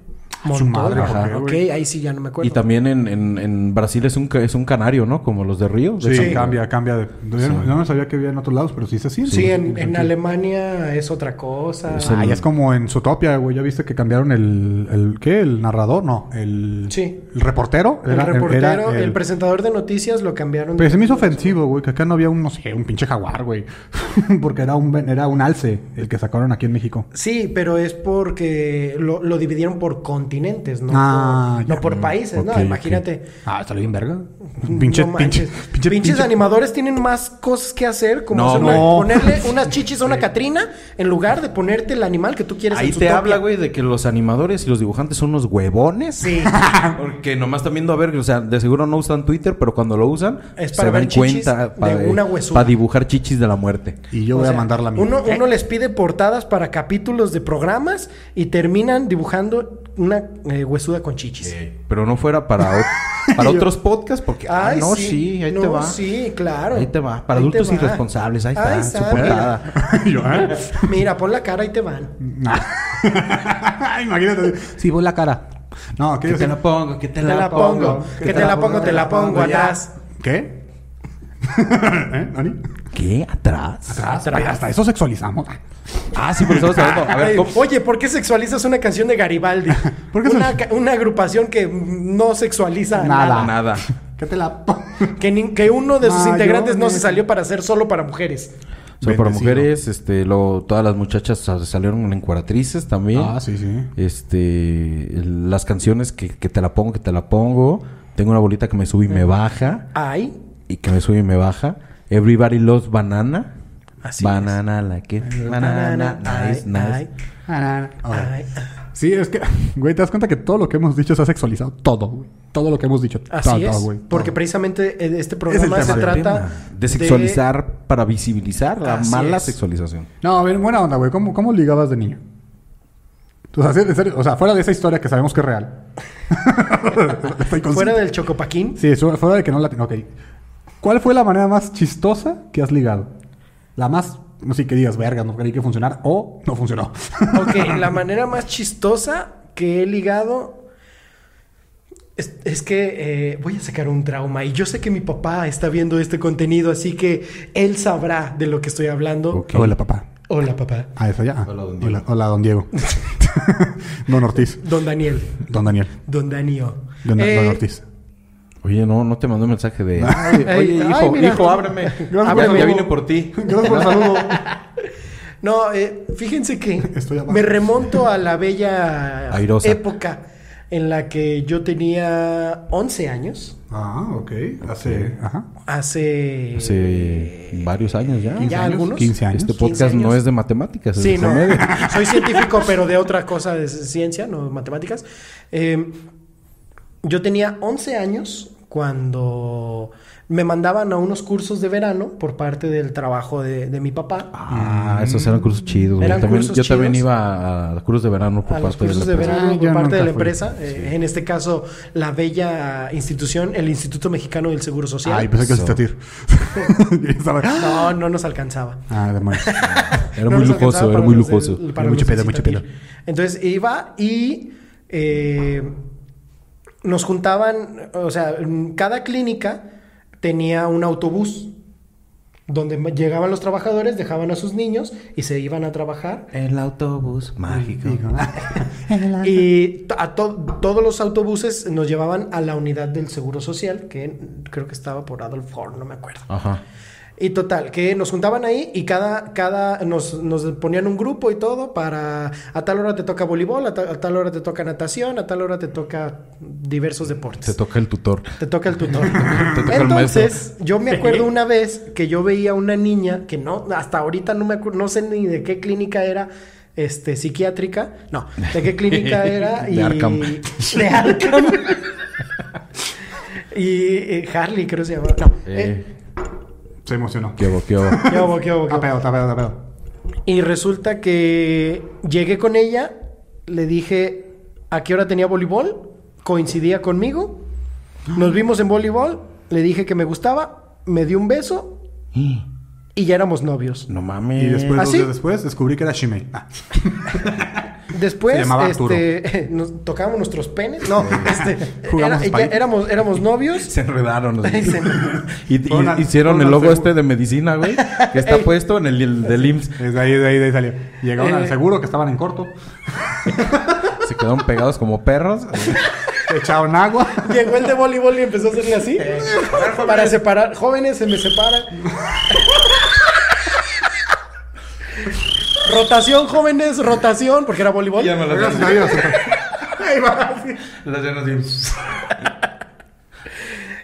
Speaker 4: su
Speaker 5: Ah,
Speaker 8: Montón.
Speaker 4: madre, ¿por qué,
Speaker 8: ok,
Speaker 4: güey?
Speaker 8: ahí sí ya no me acuerdo.
Speaker 3: Y también en, en- en Brasil es un, ca- es un canario, ¿no? Como los de Río. de
Speaker 4: Sí,
Speaker 3: San-
Speaker 4: cambia, cambia. de- yo no- yo no sabía que había en otros lados, pero sí es así.
Speaker 8: Sí, en, en Alemania es otra cosa.
Speaker 4: Ah, ya es como en Zootopia, güey. Ya viste que cambiaron el, el ¿qué? El narrador, no. El,
Speaker 8: Sí.
Speaker 4: el reportero.
Speaker 8: el
Speaker 4: Era- Pues-
Speaker 8: reportero,
Speaker 4: era
Speaker 8: el... presentador de noticias lo cambiaron.
Speaker 4: Pero se me hizo ofensivo, güey, que acá no había un, no sé, un pinche jaguar, güey. Porque era un, ven- era un alce el que sacaron aquí en México.
Speaker 8: Sí, pero es porque lo, lo dividieron por continentes, no,
Speaker 4: Ah,
Speaker 8: por,
Speaker 4: ya.
Speaker 8: no por países,
Speaker 4: Ok,
Speaker 8: ¿no? Imagínate.
Speaker 4: Ah, está bien verga. Pinche,
Speaker 8: No
Speaker 4: pinche,
Speaker 8: manches.
Speaker 4: pinche,
Speaker 8: Pinches
Speaker 4: pinche-
Speaker 8: animadores tienen más cosas que hacer, como
Speaker 3: No,
Speaker 8: hacer una-
Speaker 3: no.
Speaker 8: ponerle unas chichis a una Catrina en lugar de ponerte el animal que tú quieres
Speaker 3: Ahí
Speaker 8: en su
Speaker 3: te
Speaker 8: topia.
Speaker 3: habla, güey, de que los animadores y los dibujantes son unos huevones.
Speaker 8: Sí.
Speaker 3: Porque nomás están viendo a ver, o sea, de seguro no usan Twitter, pero cuando lo usan,
Speaker 8: Es para ver chichis de una huesuda.
Speaker 3: para dibujar chichis de la muerte.
Speaker 4: Y yo
Speaker 8: O
Speaker 4: voy
Speaker 8: sea,
Speaker 4: a mandar la mía. Eh,
Speaker 8: Uno, uno les pide portadas para capítulos de programas y terminan dibujando una eh, huesuda con chichis.
Speaker 3: Pero no fuera para, o- para otros podcasts, porque, ah,
Speaker 8: Ay,
Speaker 3: no, sí, ahí
Speaker 8: No,
Speaker 3: te va.
Speaker 8: sí, claro.
Speaker 3: Ahí te va. Para
Speaker 8: Ahí te
Speaker 3: adultos
Speaker 8: va.
Speaker 3: irresponsables, ahí está,
Speaker 8: Ahí
Speaker 3: su
Speaker 8: está,
Speaker 3: portada.
Speaker 4: Yo, ¿eh?
Speaker 8: mira. Mira, pon la cara, ahí te van.
Speaker 4: Imagínate. Sí, voy la cara. No, ¿qué?
Speaker 3: Que te la pongo, que te
Speaker 8: Te
Speaker 3: la,
Speaker 8: la pongo, que te la pongo, te la pongo atrás.
Speaker 4: ¿Qué? ¿Eh, Ani?
Speaker 3: ¿Qué? ¿Atrás?
Speaker 4: Ay, Hasta eso sexualizamos.
Speaker 3: Ah, sí, pero estamos hablando. A ver,
Speaker 8: Ay,
Speaker 3: ¿cómo?
Speaker 8: Oye, ¿por qué sexualizas una canción de Garibaldi?
Speaker 4: ¿Por qué
Speaker 8: una,
Speaker 4: se-
Speaker 8: ca- una agrupación que no sexualiza nada.
Speaker 4: Nada.
Speaker 3: Nada.
Speaker 4: ¿Qué te la pongo?
Speaker 8: Que, ni- que uno de sus
Speaker 4: Mayor
Speaker 8: integrantes no se
Speaker 4: de-
Speaker 8: salió para ser solo para mujeres.
Speaker 3: Solo para
Speaker 4: Bendecido.
Speaker 3: mujeres, este, luego todas las muchachas sa- salieron en cuaratrices también.
Speaker 4: Ah, sí, sí.
Speaker 3: Este, el- las canciones que, que te la pongo, que te la pongo. Tengo una bolita que me sube y me baja.
Speaker 8: Ay,
Speaker 3: Y que me sube y me baja. Everybody loves banana.
Speaker 8: Así
Speaker 3: banana, la que. Banana,
Speaker 8: Ay,
Speaker 3: nice, nice.
Speaker 8: ay,
Speaker 3: Ah,
Speaker 8: ay, ay.
Speaker 4: Sí, es que, güey, te das cuenta que todo lo que hemos dicho se ha sexualizado. Todo, güey. Todo lo que hemos dicho.
Speaker 8: Así
Speaker 4: Todo,
Speaker 8: es.
Speaker 4: güey.
Speaker 8: porque
Speaker 4: Todo.
Speaker 8: precisamente eh, este programa
Speaker 4: Es
Speaker 8: se
Speaker 4: el tema.
Speaker 8: trata
Speaker 3: de sexualizar para visibilizar la
Speaker 8: Así
Speaker 3: mala
Speaker 8: es.
Speaker 3: sexualización.
Speaker 4: No, bien, buena onda, güey. ¿Cómo, ¿Cómo ligabas de niño? O sea, sí, en serio, o sea, fuera de esa historia que sabemos que es real. Estoy
Speaker 8: de- fuera
Speaker 4: consciente.
Speaker 8: del chocopaquín.
Speaker 4: Sí, eso- fuera de que no la... Ok. ¿Cuál fue la manera más chistosa que has ligado? La más... No sé, que digas, verga, no creí que funcionar. O no funcionó.
Speaker 8: Ok, la manera más chistosa que he ligado. Es, es que eh, voy a sacar un trauma y yo sé que mi papá está viendo este contenido, así que él sabrá de lo que estoy hablando.
Speaker 4: Hola, papá.
Speaker 8: Hola, papá.
Speaker 4: Ah, eso ya. Hola, don Diego. Hola, don, Diego. don Ortiz.
Speaker 8: Don Daniel.
Speaker 4: Don Daniel.
Speaker 8: Don Danio.
Speaker 4: Don,
Speaker 8: Eh,
Speaker 4: don Ortiz.
Speaker 3: Oye, no, no te mandó un mensaje de. Oye,
Speaker 8: ay,
Speaker 3: hijo,
Speaker 8: ay, mira.
Speaker 3: hijo, ábreme.
Speaker 4: por
Speaker 3: ábreme, ya
Speaker 4: saludo.
Speaker 3: vine por ti.
Speaker 4: Gracias por el saludo.
Speaker 8: No, eh, fíjense que
Speaker 4: Estoy abajo.
Speaker 8: me remonto a la bella
Speaker 3: Airosa.
Speaker 8: época en la que yo tenía 11 años.
Speaker 4: Ah, ok. Hace... Ajá.
Speaker 8: Hace.
Speaker 3: Hace varios años ya.
Speaker 8: Ya algunos.
Speaker 4: 15 años.
Speaker 3: Este
Speaker 8: 15
Speaker 3: podcast
Speaker 8: años.
Speaker 3: no es de matemáticas. es
Speaker 8: Sí,
Speaker 3: de
Speaker 8: no.
Speaker 3: comedia.
Speaker 8: Soy científico, pero de otra cosa, de ciencia, no matemáticas. Eh, yo tenía 11 años cuando me mandaban a unos cursos de verano por parte del trabajo de, de mi papá.
Speaker 3: Ah, esos eran cursos chidos. güey.
Speaker 8: Eran
Speaker 3: También-
Speaker 8: cursos
Speaker 3: yo también
Speaker 8: chidos.
Speaker 3: iba a, cursos de verano por
Speaker 8: a los
Speaker 3: parte
Speaker 8: cursos
Speaker 3: de
Speaker 8: de
Speaker 3: la empresa.
Speaker 8: verano
Speaker 4: Ah,
Speaker 8: por
Speaker 4: yo
Speaker 8: parte de la
Speaker 4: nunca fui.
Speaker 8: empresa, eh, en este caso la bella institución, el Instituto Mexicano del Seguro Social.
Speaker 4: Ay, pensé que
Speaker 3: Eso.
Speaker 4: hiciste a TIR. Y estaba-
Speaker 8: No, no nos alcanzaba.
Speaker 4: Ah, demonios.
Speaker 3: Era
Speaker 8: No
Speaker 3: muy
Speaker 8: nos
Speaker 3: lujoso,
Speaker 8: alcanzaba
Speaker 3: era
Speaker 8: para
Speaker 3: muy
Speaker 8: los del-
Speaker 3: lujoso.
Speaker 8: para
Speaker 4: Era
Speaker 8: los
Speaker 4: mucho
Speaker 8: del
Speaker 4: pedo, mucho
Speaker 8: Citatir.
Speaker 4: pedo.
Speaker 8: Entonces iba y eh, nos juntaban, o sea, en cada clínica tenía un autobús donde ma- llegaban los trabajadores, dejaban a sus niños y se iban a trabajar.
Speaker 9: El autobús mágico.
Speaker 8: Y to- a to- todos los autobuses nos llevaban a la unidad del Seguro Social, que creo que estaba por Adolf Ford, no me acuerdo.
Speaker 3: Ajá.
Speaker 8: Y total, que nos juntaban ahí y cada, cada, nos, nos ponían un grupo y todo para, a tal hora te toca voleibol, a, ta- a tal hora te toca natación, a tal hora te toca diversos deportes.
Speaker 3: Te toca el tutor.
Speaker 8: Te toca el tutor.
Speaker 3: toca el
Speaker 8: Entonces, yo me acuerdo una vez que yo veía una niña que no, hasta ahorita no me acuerdo, no sé ni de qué clínica era, este, psiquiátrica, no, de qué clínica era
Speaker 3: De
Speaker 8: y
Speaker 3: Arkham.
Speaker 8: de Arkham. y eh, Harley creo que se llamaba. No.
Speaker 3: Eh,
Speaker 4: Se emocionó.
Speaker 3: qué hubo, qué hubo.
Speaker 8: eh, ¿qué hubo, qué hubo,
Speaker 4: Está
Speaker 8: qué hubo?
Speaker 4: pedo, está pedo, está pedo.
Speaker 8: Y resulta que llegué con ella, le dije a qué hora tenía voleibol, coincidía conmigo, nos vimos en voleibol, le dije que me gustaba, me dio un beso y ya éramos novios.
Speaker 3: No
Speaker 4: Y
Speaker 3: mames.
Speaker 4: después,
Speaker 8: ¿Ah,
Speaker 4: dos
Speaker 8: sí?
Speaker 4: días después, descubrí que era Shimei. Ah,
Speaker 8: Después,
Speaker 4: Se llamaba Arturo.
Speaker 8: este, nos tocábamos nuestros penes. No, este,
Speaker 4: Jugamos
Speaker 8: era-
Speaker 4: Spike.
Speaker 8: ya éramos, éramos novios.
Speaker 3: Se enredaron. los-
Speaker 8: Se-
Speaker 3: y, y-
Speaker 4: Fueron a-
Speaker 3: hicieron
Speaker 4: fueron
Speaker 3: el
Speaker 4: a
Speaker 3: logo
Speaker 4: hacer-
Speaker 3: este de medicina, güey. Que está puesto en el, el del IMSS.
Speaker 4: Desde ahí, de ahí, de ahí salió. Llegaron
Speaker 8: Eh.
Speaker 4: al seguro que estaban en corto.
Speaker 3: Se quedaron pegados como perros.
Speaker 4: Echaron agua.
Speaker 8: Llegó el de voleibol y empezó a hacerle así. para separar. Jóvenes, se me separa. rotación, jóvenes, rotación, porque era voleibol.
Speaker 3: me las
Speaker 4: Gracias a Dios.
Speaker 3: Las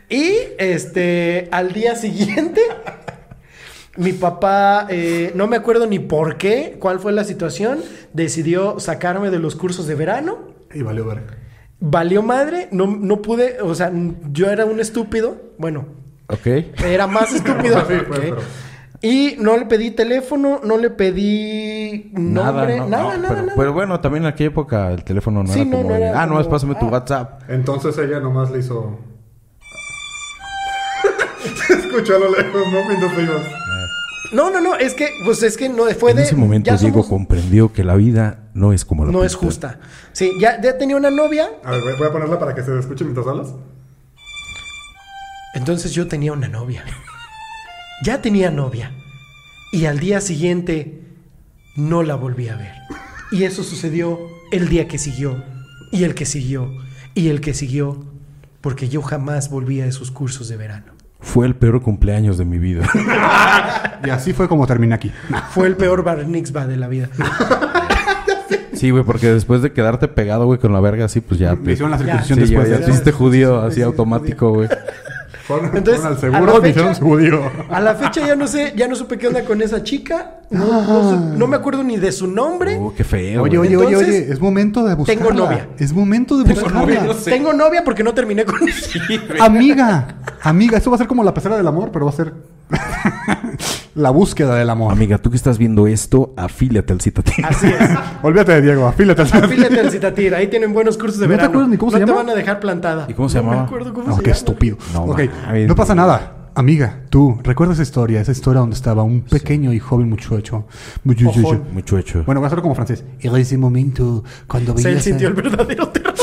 Speaker 8: Y este, al día siguiente, mi papá, eh, no me acuerdo ni por qué, cuál fue la situación, decidió sacarme de los cursos de verano.
Speaker 4: Y valió ver.
Speaker 8: Valió madre, no, no pude, o sea, n- yo era un estúpido, bueno,
Speaker 3: Ok.
Speaker 8: era más estúpido.
Speaker 4: Sí, pues,
Speaker 8: ok.
Speaker 4: pero-
Speaker 8: Y no le pedí teléfono, no le pedí nombre,
Speaker 3: no,
Speaker 8: nada, nada,
Speaker 3: no,
Speaker 8: nada.
Speaker 3: pero, pero bueno, también en aquella época el teléfono no
Speaker 8: Sí,
Speaker 3: era
Speaker 8: no,
Speaker 3: como...
Speaker 8: no
Speaker 3: de,
Speaker 8: era
Speaker 3: ah, no,
Speaker 8: como-
Speaker 3: es pásame tu
Speaker 8: ah.
Speaker 3: WhatsApp.
Speaker 4: Entonces ella nomás le hizo. Escuchó a lo lejos, ¿no? Mientras te ibas.
Speaker 8: No, no, no, es que, pues es que no fue
Speaker 3: en
Speaker 8: de.
Speaker 3: ese momento
Speaker 8: ya
Speaker 3: Diego
Speaker 8: somos-
Speaker 3: comprendió que la vida no es como la
Speaker 8: no es
Speaker 3: pintan.
Speaker 8: justa. Sí, ya, ya tenía una novia,
Speaker 4: A ver, voy- voy a ponerla para que se escuche mientras hablas.
Speaker 8: Entonces yo tenía una novia. Ya tenía novia. Y al día siguiente no la volví a ver. Y eso sucedió el día que siguió. Y el que siguió. Y el que siguió. Porque yo jamás volví a esos cursos de verano.
Speaker 3: Fue el peor cumpleaños de mi vida.
Speaker 4: Y así fue como terminé aquí.
Speaker 8: Fue el peor Bar Nixba de la vida.
Speaker 3: sí, güey, porque después de quedarte pegado, güey, con la verga así, pues ya...
Speaker 4: Me hicieron la
Speaker 8: Ya.
Speaker 4: circuncisión
Speaker 3: Sí,
Speaker 4: después.
Speaker 3: ya, ya
Speaker 4: de
Speaker 3: te
Speaker 4: eso.
Speaker 3: hiciste judío así automático, güey.
Speaker 4: Fueron,
Speaker 8: Entonces,
Speaker 4: fueron al
Speaker 8: a la
Speaker 4: seguro,
Speaker 8: fecha-
Speaker 4: me hicieron judío.
Speaker 8: A la fecha ya no sé, ya no supe qué onda con esa chica. No, no sé- no me acuerdo ni de su nombre.
Speaker 3: Oh, qué feo,
Speaker 4: Oye,
Speaker 3: güey.
Speaker 4: oye, oye,
Speaker 8: Entonces,
Speaker 4: oye, es momento de buscarla.
Speaker 8: novia.
Speaker 4: Es momento de buscarla.
Speaker 8: Tengo novia porque no terminé con ella.
Speaker 4: Amiga, amiga, eso va a ser como la pecera del amor, pero va a ser la búsqueda del amor.
Speaker 3: Oh, Amiga, tú que estás viendo esto, afíliate al Citatín.
Speaker 4: Ah,
Speaker 8: Así es.
Speaker 4: Olvídate de Diego, afílate.
Speaker 8: Afílate al Citatir, ahí tienen buenos cursos de
Speaker 4: ¿No te
Speaker 8: verano.
Speaker 4: acuerdas ni cómo
Speaker 8: no
Speaker 4: se
Speaker 8: te
Speaker 4: llama?
Speaker 8: van a dejar plantada.
Speaker 3: ¿Y cómo se
Speaker 8: No me
Speaker 3: llamaba?
Speaker 8: acuerdo cómo
Speaker 4: No,
Speaker 8: se
Speaker 4: qué
Speaker 8: llama.
Speaker 4: estúpido.
Speaker 3: No,
Speaker 4: ok,
Speaker 3: mames,
Speaker 4: no pasa
Speaker 3: güey.
Speaker 4: nada. Amiga, tú, ¿recuerdas esa historia? Esa historia donde estaba un pequeño y joven muchacho. Muchacho.
Speaker 8: Ojón.
Speaker 3: Mucho hecho.
Speaker 4: Bueno, voy a hacerlo como francés. Era ese momento cuando
Speaker 8: O sea, él
Speaker 4: veías... a-
Speaker 8: sintió el verdadero terror.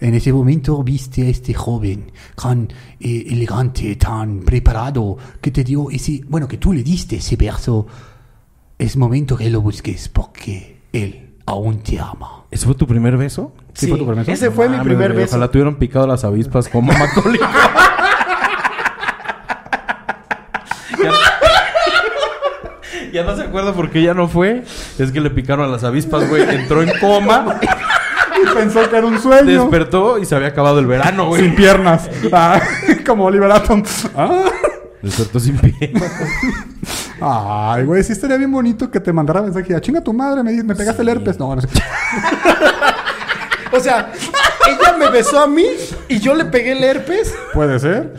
Speaker 4: En ese momento viste a este joven tan eh, elegante, tan preparado, que te dio ese, bueno, que tú le diste ese verso. Es momento que lo busques porque él aún te ama.
Speaker 3: ¿Ese fue tu primer beso?
Speaker 8: Sí,
Speaker 4: fue tu primer beso?
Speaker 8: ese fue mi
Speaker 3: Mames,
Speaker 8: primer
Speaker 3: güey,
Speaker 8: beso.
Speaker 3: Ojalá tuvieron picado las avispas como Macaulay. ya, ya no se acuerda por qué ya no fue. Es que le picaron a las avispas, güey. Entró en coma,
Speaker 4: Pensó que era un sueño.
Speaker 3: despertó y se había acabado el verano, güey.
Speaker 4: Sin piernas. Ah, como Liberaton. Ah.
Speaker 3: Despertó sin pie.
Speaker 4: Ay, güey, sí estaría bien bonito que te mandara mensaje. "Ah, Chinga tu madre, me, di- me pegaste el herpes. No, no sé.
Speaker 8: O sea, ella me besó a mí y yo le pegué el herpes.
Speaker 4: Puede ser.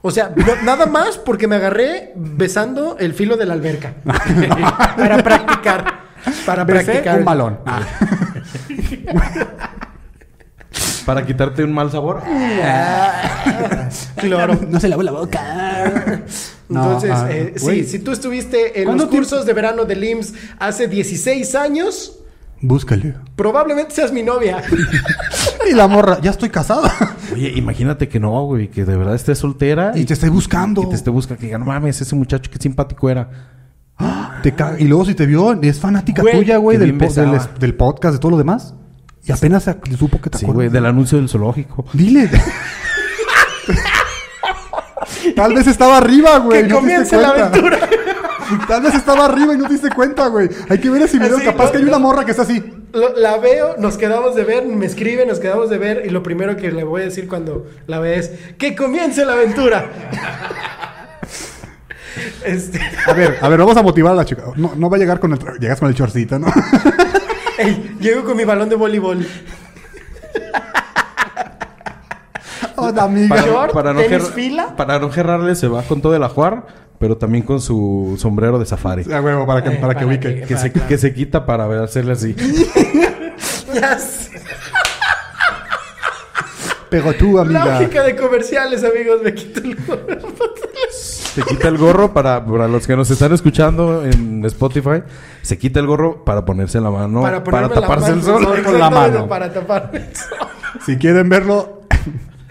Speaker 8: O sea, no- nada más porque me agarré besando el filo de la alberca. para practicar. Para
Speaker 4: Besé
Speaker 8: practicar.
Speaker 4: un balón. Ah.
Speaker 3: Para quitarte un mal sabor.
Speaker 8: Claro.
Speaker 4: No se lavó la boca. No,
Speaker 8: Entonces,
Speaker 4: ah,
Speaker 8: eh,
Speaker 4: güey.
Speaker 8: sí, si tú estuviste en
Speaker 4: ¿Cuánto
Speaker 8: los cursos de verano del IMSS hace 16 años,
Speaker 4: Búscale.
Speaker 8: probablemente seas mi novia.
Speaker 4: Y la morra, ya estoy casada.
Speaker 3: Oye, imagínate que no, güey. Que de verdad estés soltera.
Speaker 4: Y te estoy buscando.
Speaker 3: que te esté buscando. Que diga, no mames, ese muchacho qué simpático era.
Speaker 4: Te ca- y luego si te vio, es fanática
Speaker 3: Güey,
Speaker 4: tuya, güey,
Speaker 3: que
Speaker 4: del,
Speaker 3: bien
Speaker 4: po-
Speaker 3: besaba.
Speaker 4: del, es- del podcast, de todo lo demás. Y apenas se- le supo que te
Speaker 3: Sí,
Speaker 4: acuerdas.
Speaker 3: güey. Del anuncio del zoológico.
Speaker 4: Dile. Tal vez estaba arriba, güey.
Speaker 8: que
Speaker 4: no te
Speaker 8: comience
Speaker 4: diste
Speaker 8: la
Speaker 4: cuenta.
Speaker 8: aventura.
Speaker 4: Tal vez estaba arriba y no te diste cuenta, güey. Hay que ver ese video.
Speaker 8: Así,
Speaker 4: Capaz
Speaker 8: no,
Speaker 4: que hay
Speaker 8: no.
Speaker 4: una morra que está así.
Speaker 8: Lo- la veo, nos quedamos de ver, me escribe, nos quedamos de ver y lo primero que le voy a decir cuando la vea es que comience la aventura. este,
Speaker 4: A ver, a ver, vamos a motivar a la chica. No, no va a llegar con el... tra- Llegas con el chorcito, ¿no?
Speaker 8: ey, llego con mi balón de voleibol.
Speaker 4: Hola, amiga.
Speaker 8: Short, tenis
Speaker 3: ger-
Speaker 8: fila.
Speaker 3: para no gerrarle, se va con todo el ajuar, pero también con su sombrero de safari.
Speaker 4: A huevo, para que, para que
Speaker 8: Eh, para
Speaker 4: ubique.
Speaker 8: que-
Speaker 3: Ah, Que se, que se quita para ver- hacerle así.
Speaker 8: Ya sé.
Speaker 4: Pero tú, amiga.
Speaker 8: Lógica de comerciales, amigos, me quito el
Speaker 3: Se quita el gorro para, para los que nos están escuchando en Spotify. Se quita el gorro para ponerse la mano, para,
Speaker 5: ponerme la
Speaker 3: taparse el
Speaker 5: mano,
Speaker 3: sol.
Speaker 4: con la
Speaker 5: exactamente,
Speaker 4: mano.
Speaker 5: Para taparme el sol.
Speaker 4: Si quieren verlo,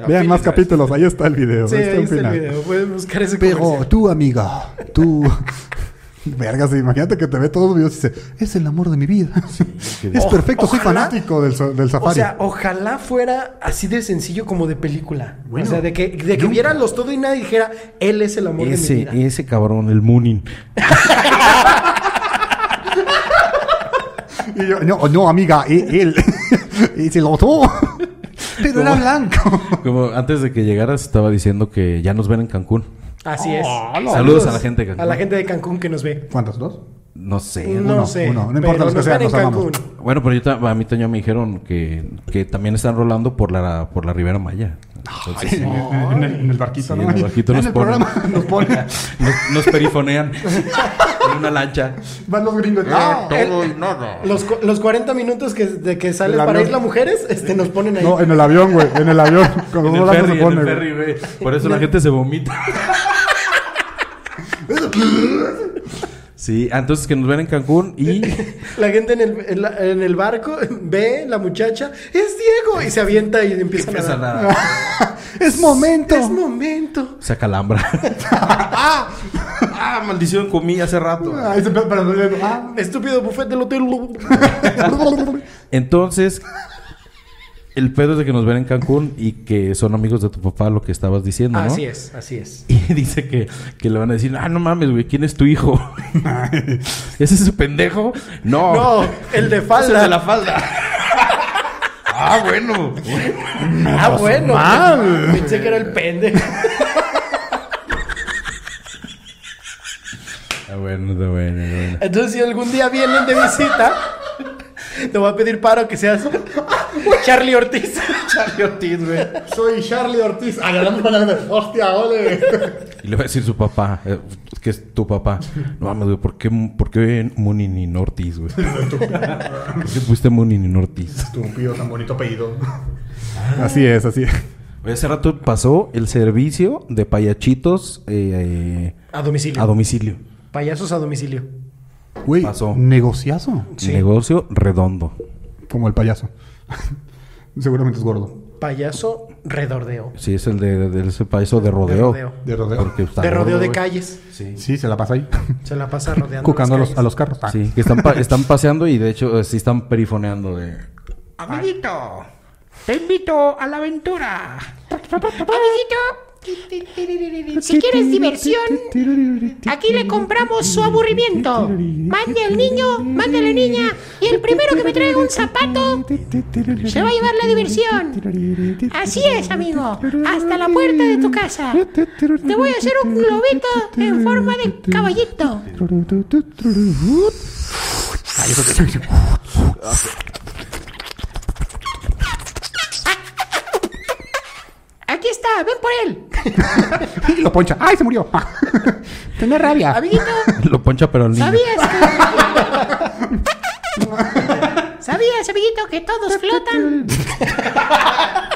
Speaker 4: vean más capítulos. Ahí está el video.
Speaker 5: Sí,
Speaker 4: Ahí está
Speaker 5: ahí
Speaker 4: el
Speaker 5: está el
Speaker 4: final.
Speaker 5: video. Pueden buscar ese
Speaker 4: Pero
Speaker 5: comercial.
Speaker 4: tú, amiga, tú. Vergas, imagínate que te ve todos los videos y dice: Es el amor de mi vida. es
Speaker 5: O-
Speaker 4: perfecto, soy
Speaker 5: ojalá-
Speaker 4: fanático del, so- del
Speaker 5: O
Speaker 4: safari.
Speaker 5: sea, ojalá fuera así de sencillo como de película. o sea, de que, de que
Speaker 4: nunca.
Speaker 5: vieran los todo y nadie dijera, él es el amor de mi vida.
Speaker 3: Ese, ese cabrón, el Moonin.
Speaker 4: Y yo, no, no, amiga, e- él. es el otro. Pero era blanco.
Speaker 3: Como antes de que llegaras estaba diciendo que ya nos ven en Cancún.
Speaker 5: Así es.
Speaker 3: Saludos, a la gente de Cancún. Eh,
Speaker 5: A la gente de Cancún que nos ve.
Speaker 4: ¿Cuántos? ¿Dos?
Speaker 3: No sé.
Speaker 5: No
Speaker 4: uno,
Speaker 5: sé.
Speaker 4: uno. No importa
Speaker 5: pero
Speaker 4: los que
Speaker 5: nos
Speaker 4: sean,
Speaker 5: ven en
Speaker 4: los amamos.
Speaker 5: Cancún.
Speaker 3: Bueno, pero yo ta- a mí también me dijeron que, que también están rolando por la, por la Ribera Maya. Entonces, Pues sí,
Speaker 4: en, el, en el barquito,
Speaker 3: Sí,
Speaker 4: ¿no?
Speaker 3: en el barquito
Speaker 4: en
Speaker 3: nos
Speaker 4: el
Speaker 3: ponen.
Speaker 4: programa nos pone.
Speaker 3: nos, nos perifonean en una lancha.
Speaker 4: Van los
Speaker 3: Eh,
Speaker 4: gringos. ¡ah!
Speaker 5: Los, cu- los 40 minutos que, de que sale
Speaker 4: El
Speaker 5: para
Speaker 4: avión.
Speaker 5: Isla Mujeres, este, nos ponen ahí.
Speaker 4: No, eh. en el avión, güey. En el avión. Cuando
Speaker 3: En
Speaker 4: uno
Speaker 3: el
Speaker 4: hablando
Speaker 3: ferry,
Speaker 4: se pone.
Speaker 3: en el
Speaker 4: güey.
Speaker 3: ferry, güey. Por eso la gente se vomita. Sí, ah, entonces que nos ven en Cancún y
Speaker 5: La gente en el, en la- en el barco ve la muchacha, es Diego, y se avienta y empieza a
Speaker 3: empiezan
Speaker 5: nadar.
Speaker 3: a...
Speaker 4: Es momento.
Speaker 5: Es momento.
Speaker 3: se acalambra. ¡Ah! Maldición, comí hace rato.
Speaker 4: Ahí se empieza- pero- pero- ah.
Speaker 5: Estúpido buffet del hotel.
Speaker 3: Entonces, el pedo es de que nos ven en Cancún y que son amigos de tu papá, lo que estabas diciendo, ¿no?
Speaker 5: Así es, así es.
Speaker 3: Y dice que, que le van a decir, ah, no mames, güey, ¿quién es tu hijo? ¿Ese es su pendejo? No.
Speaker 5: No, el de
Speaker 3: Ese es
Speaker 5: falda.
Speaker 3: de la falda. ah, bueno.
Speaker 5: Ah, bueno. Pensé que era el pendejo.
Speaker 3: Está Ah, bueno, está bueno, está bueno.
Speaker 5: Entonces, si algún día vienen de visita, te voy a pedir paro que seas Charlie Ortiz. Charlie Ortiz, güey.
Speaker 4: Soy Charlie Ortiz. Ah, Agarrando para la Hostia, ole.
Speaker 3: Y le va a decir su papá, eh, que es tu papá. No mames, güey, ¿por qué, por qué Moonin y Nortis, güey? ¿Por qué pusiste Moonin y Nortis?
Speaker 4: Estúpido, tan bonito apellido. Ah. Así es, así es.
Speaker 3: Oye, Hace rato pasó el servicio de payachitos eh,
Speaker 5: A
Speaker 3: eh,
Speaker 5: domicilio.
Speaker 3: a domicilio.
Speaker 5: Payasos a domicilio.
Speaker 4: Güey,
Speaker 3: Pasó.
Speaker 4: negociazo.
Speaker 5: Sí.
Speaker 3: Negocio redondo.
Speaker 4: Como el payaso. Seguramente es gordo.
Speaker 5: Payaso redordeo.
Speaker 3: Sí, es el de, de ese payaso de rodeo.
Speaker 5: De rodeo.
Speaker 4: De rodeo.
Speaker 3: Porque está
Speaker 5: De rodeo
Speaker 3: gordo,
Speaker 5: de
Speaker 3: güey.
Speaker 5: calles.
Speaker 3: Sí.
Speaker 4: Sí, se la pasa ahí.
Speaker 5: Se la pasa rodeando.
Speaker 4: Cucando a
Speaker 5: las
Speaker 4: los, a los carros. Ah.
Speaker 3: Sí, que están, pa- están paseando y de hecho eh, sí están perifoneando de...
Speaker 9: Amiguito, te invito a la aventura.
Speaker 7: Amiguito, si quieres diversión, aquí le compramos su aburrimiento. Mande al niño, mande a la niña, y el primero que me traiga un zapato se va a llevar la diversión. Así es, amigo, hasta la puerta de tu casa. Te voy a hacer un globito en forma de caballito. Aquí está, ven por él.
Speaker 4: Y lo poncha. ¡Ay, se murió! Tenía rabia.
Speaker 7: Amiguito,
Speaker 3: Lo poncha pero al niño.
Speaker 7: ¿Sabías que... ¿Sabías, amiguito, que todos flotan?
Speaker 4: Te-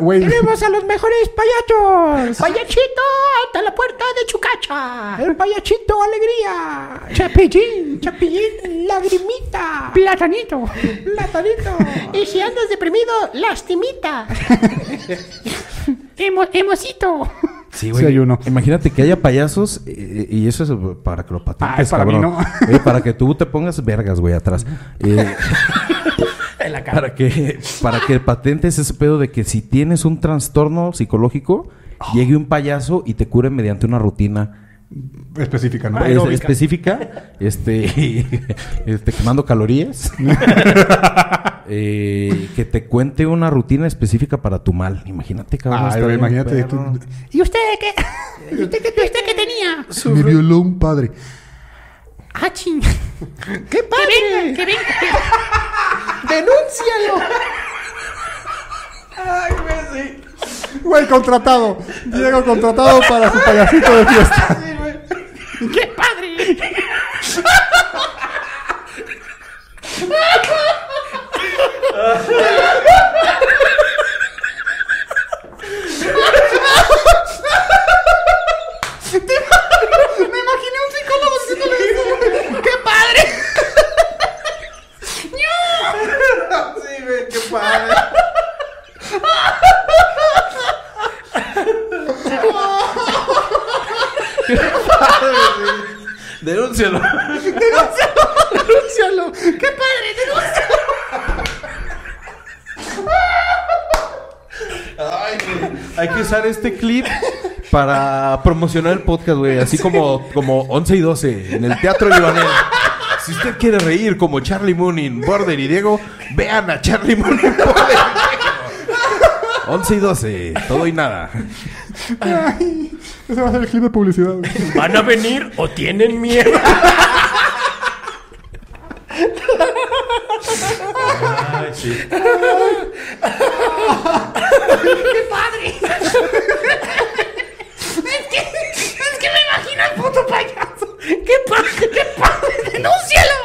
Speaker 4: Güey,
Speaker 9: ¡Tenemos a los mejores payatos!
Speaker 7: ¡Payachito, hasta la puerta de Chucacha!
Speaker 9: ¡El payachito alegría! ¡Chapillín! ¡Chapillín! ¡Lagrimita!
Speaker 7: ¡Platanito!
Speaker 9: ¡Platanito!
Speaker 7: Y si andas deprimido, lastimita. Emo- emocito.
Speaker 3: Sí,
Speaker 4: Sí, hay uno.
Speaker 3: Imagínate que haya payasos eh, y eso es para que lo patentes,
Speaker 4: Ah, es para mí,
Speaker 3: cabrón.
Speaker 4: ¿no?
Speaker 3: Eh, para que tú te pongas vergas, güey, atrás. Eh,
Speaker 5: En la cara.
Speaker 3: para que para que patentes ese pedo de que si tienes un trastorno psicológico, llegue un payaso y te cure mediante una rutina
Speaker 4: específica, ¿no?
Speaker 3: es-
Speaker 5: Aeróbica.
Speaker 3: específica, este, y- este, quemando calorías, Eh, que te cuente una rutina específica para tu mal. Imagínate, cabrón.
Speaker 4: Ay,
Speaker 3: está
Speaker 4: güey,
Speaker 3: bien,
Speaker 4: imagínate.
Speaker 3: perro.
Speaker 4: tú-
Speaker 7: ¿Y usted qué? ¿Y usted, qué- usted qué tenía?
Speaker 4: me violó un padre.
Speaker 7: ¡Ah, ching! ¡Qué padre! ¡Que venga, que venga!
Speaker 5: ¡Denúncialo!
Speaker 4: Güey, contratado. Diego contratado para su payasito de fiesta.
Speaker 7: ¡Qué padre!
Speaker 3: Denúncialo.
Speaker 5: ¡Denúncialo! ¡Qué padre! ¡Denúncialo!
Speaker 3: Hay que usar este clip para promocionar el podcast, güey. Así como, como 11 y 12 en el Teatro Libanés. Si usted quiere reír como Charlie Moon, in Border y Diego, vean a Charlie Moon, in Border y Diego. 11 y 12, todo y nada.
Speaker 4: Ay, ese va a ser el clip de publicidad. güey.
Speaker 5: ¿Van a venir o tienen miedo?
Speaker 7: ¡Qué padre! es, que, es que me imagino al puto payaso. ¡Qué padre! ¡Qué padre! ¡Denúncialo!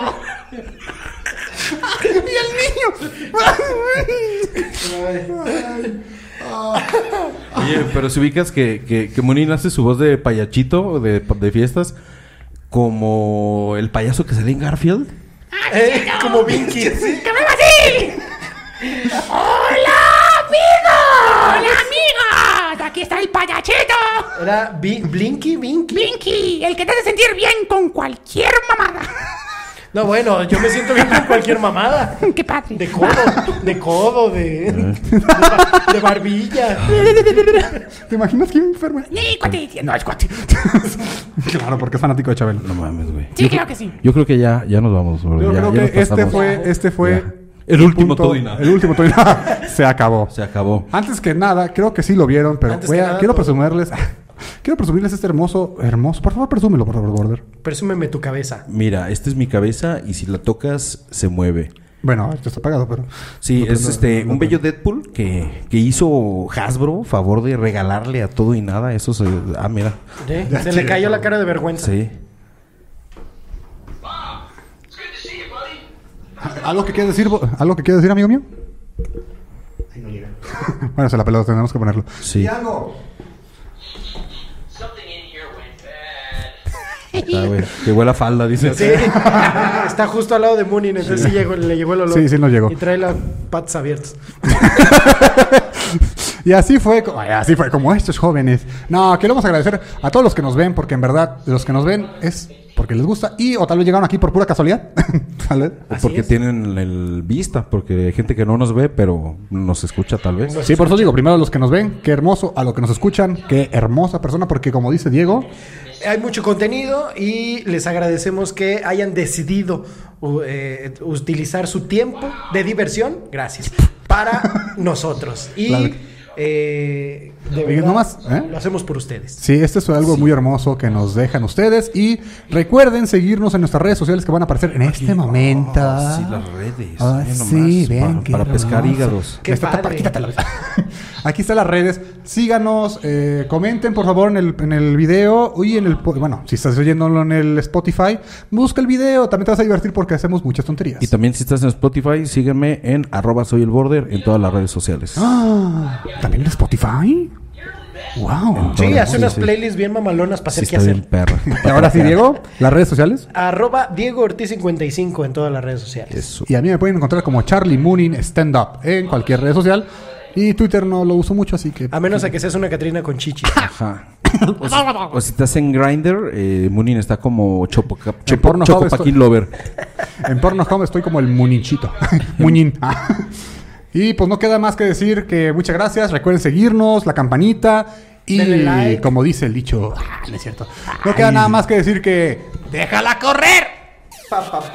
Speaker 3: Oye, pero si ubicas que, que, que Munin hace su voz de payachito, de, de fiestas, como el payaso que sale en Garfield.
Speaker 5: Eh, como Vinky.
Speaker 7: ¡Que me así! ¡Hola, amigos! ¡Hola, amigos! Aquí está el payachito.
Speaker 5: Era Bi- Blinky Vinky.
Speaker 7: Blinky, el que te hace sentir bien con cualquier mamada.
Speaker 5: No, bueno, yo me siento bien con cualquier mamada.
Speaker 7: ¡Qué padre!
Speaker 5: De codo, de codo,
Speaker 4: Eh.
Speaker 5: de, de, ba- de barbilla.
Speaker 4: ¿Te imaginas que enferma?
Speaker 7: Ni cuate, no es cuate.
Speaker 4: Claro, porque es fanático de Chabelo.
Speaker 3: No mames, güey.
Speaker 7: Sí, claro que sí.
Speaker 3: Yo creo que ya, ya nos vamos, bro.
Speaker 4: Yo
Speaker 3: Ya-
Speaker 4: creo
Speaker 3: ya nos
Speaker 4: que este
Speaker 3: pasamos.
Speaker 4: fue, este
Speaker 3: Ya.
Speaker 4: fue
Speaker 3: El último
Speaker 4: punto-
Speaker 3: todo y nada.
Speaker 4: El último todo y nada. Se acabó.
Speaker 3: Se acabó.
Speaker 4: Antes que nada, creo que sí lo vieron, pero
Speaker 5: Antes
Speaker 4: voy
Speaker 5: que
Speaker 4: a-
Speaker 5: nada,
Speaker 4: quiero
Speaker 5: todo.
Speaker 4: presumirles. Quiero presumirles este hermoso, hermoso. Por favor, presúmelo, por favor, Border.
Speaker 5: Presúmeme tu cabeza.
Speaker 3: Mira, esta es mi cabeza y si la tocas, se mueve.
Speaker 4: Bueno, esto está apagado, pero.
Speaker 3: Sí,
Speaker 4: No, pero
Speaker 3: es
Speaker 4: no,
Speaker 3: este
Speaker 4: no,
Speaker 3: un
Speaker 4: no.
Speaker 3: bello Deadpool que, que hizo Hasbro favor de regalarle a todo y nada. Eso se. Ah, mira.
Speaker 5: ¿Eh? Se le cayó la cara de vergüenza.
Speaker 3: Sí.
Speaker 4: ¿Algo que quieres decir, Bo- ¿algo que quieres decir, amigo mío? bueno, se la pelota, tenemos que ponerlo.
Speaker 3: Sí. Está, Ah, güey. Que huele a falda, dice.
Speaker 5: Sí. Está justo al lado de Moonin, entonces sí llegó- le llegó el olor.
Speaker 4: Sí, sí nos llegó.
Speaker 5: Y trae las patas abiertas.
Speaker 4: Y así fue, co- ay, así fue como estos jóvenes. No, queremos agradecer a todos los que nos ven, porque en verdad los que nos ven es porque les gusta y o tal vez llegaron aquí por pura casualidad. tal vez.
Speaker 3: O porque tienen el vista, porque hay gente que no nos ve, pero nos escucha tal vez.
Speaker 4: Sí, por eso digo, primero a los que nos ven, qué hermoso, a los que nos escuchan, qué hermosa persona, porque como dice Diego,
Speaker 5: Hay mucho contenido y les agradecemos que hayan decidido u- eh, utilizar su tiempo de diversión, gracias, para nosotros. Y
Speaker 4: Claro.
Speaker 5: eh, de
Speaker 4: Oigan,
Speaker 5: verdad,
Speaker 4: nomás, ¿eh?
Speaker 5: lo hacemos por ustedes.
Speaker 4: sí, esto es algo muy hermoso que nos dejan ustedes y recuerden seguirnos en nuestras redes sociales que van a aparecer en este momento.
Speaker 3: Ah, sí, las redes.
Speaker 4: Ah,
Speaker 3: Ve nomás,
Speaker 4: sí,
Speaker 3: para-
Speaker 4: vean qué
Speaker 3: Para pescar
Speaker 4: hermoso.
Speaker 3: hígados.
Speaker 5: Qué
Speaker 4: Esta tapa,
Speaker 5: padre.
Speaker 4: quítatela. Aquí están las redes. Síganos, eh, comenten por favor en el, en el video y en el... po- Bueno, si estás oyéndolo en el Spotify, busca el video. También te vas a divertir porque hacemos muchas tonterías.
Speaker 3: Y también si estás en Spotify, sígueme en arroba soy el border en todas las redes sociales.
Speaker 4: Ah, ¿También en Spotify? ¡Wow!
Speaker 5: Sí,
Speaker 3: Ahora,
Speaker 5: hace
Speaker 3: sí,
Speaker 5: unas
Speaker 3: sí.
Speaker 5: playlists bien mamalonas para
Speaker 3: Sí,
Speaker 5: hacer qué
Speaker 3: está bien
Speaker 5: hacer.
Speaker 3: perra.
Speaker 4: Y ahora sí, Diego, las redes sociales.
Speaker 5: Arroba Diego Ortiz 55 en todas las redes sociales.
Speaker 3: Eso.
Speaker 4: Y a mí me pueden encontrar como Charlie Moonin Stand Up en cualquier red social. Y Twitter no lo uso mucho, así que...
Speaker 5: A menos a que seas una Catrina con chichis.
Speaker 3: Ajá. O si, o si estás en Grindr, eh, Munin está como Chopo, Cap-
Speaker 4: En
Speaker 3: Chopo,
Speaker 4: Pornhub
Speaker 3: Choco
Speaker 4: estoy.
Speaker 3: Paquín Lover.
Speaker 4: En Pornhub estoy como el Muninchito. Muñín. Ah. Y pues no queda más que decir que muchas gracias. Recuerden seguirnos, la campanita. Y
Speaker 5: Denle like.
Speaker 4: como dice el dicho, ah, no es cierto. No queda nada más que decir que. ¡Déjala correr!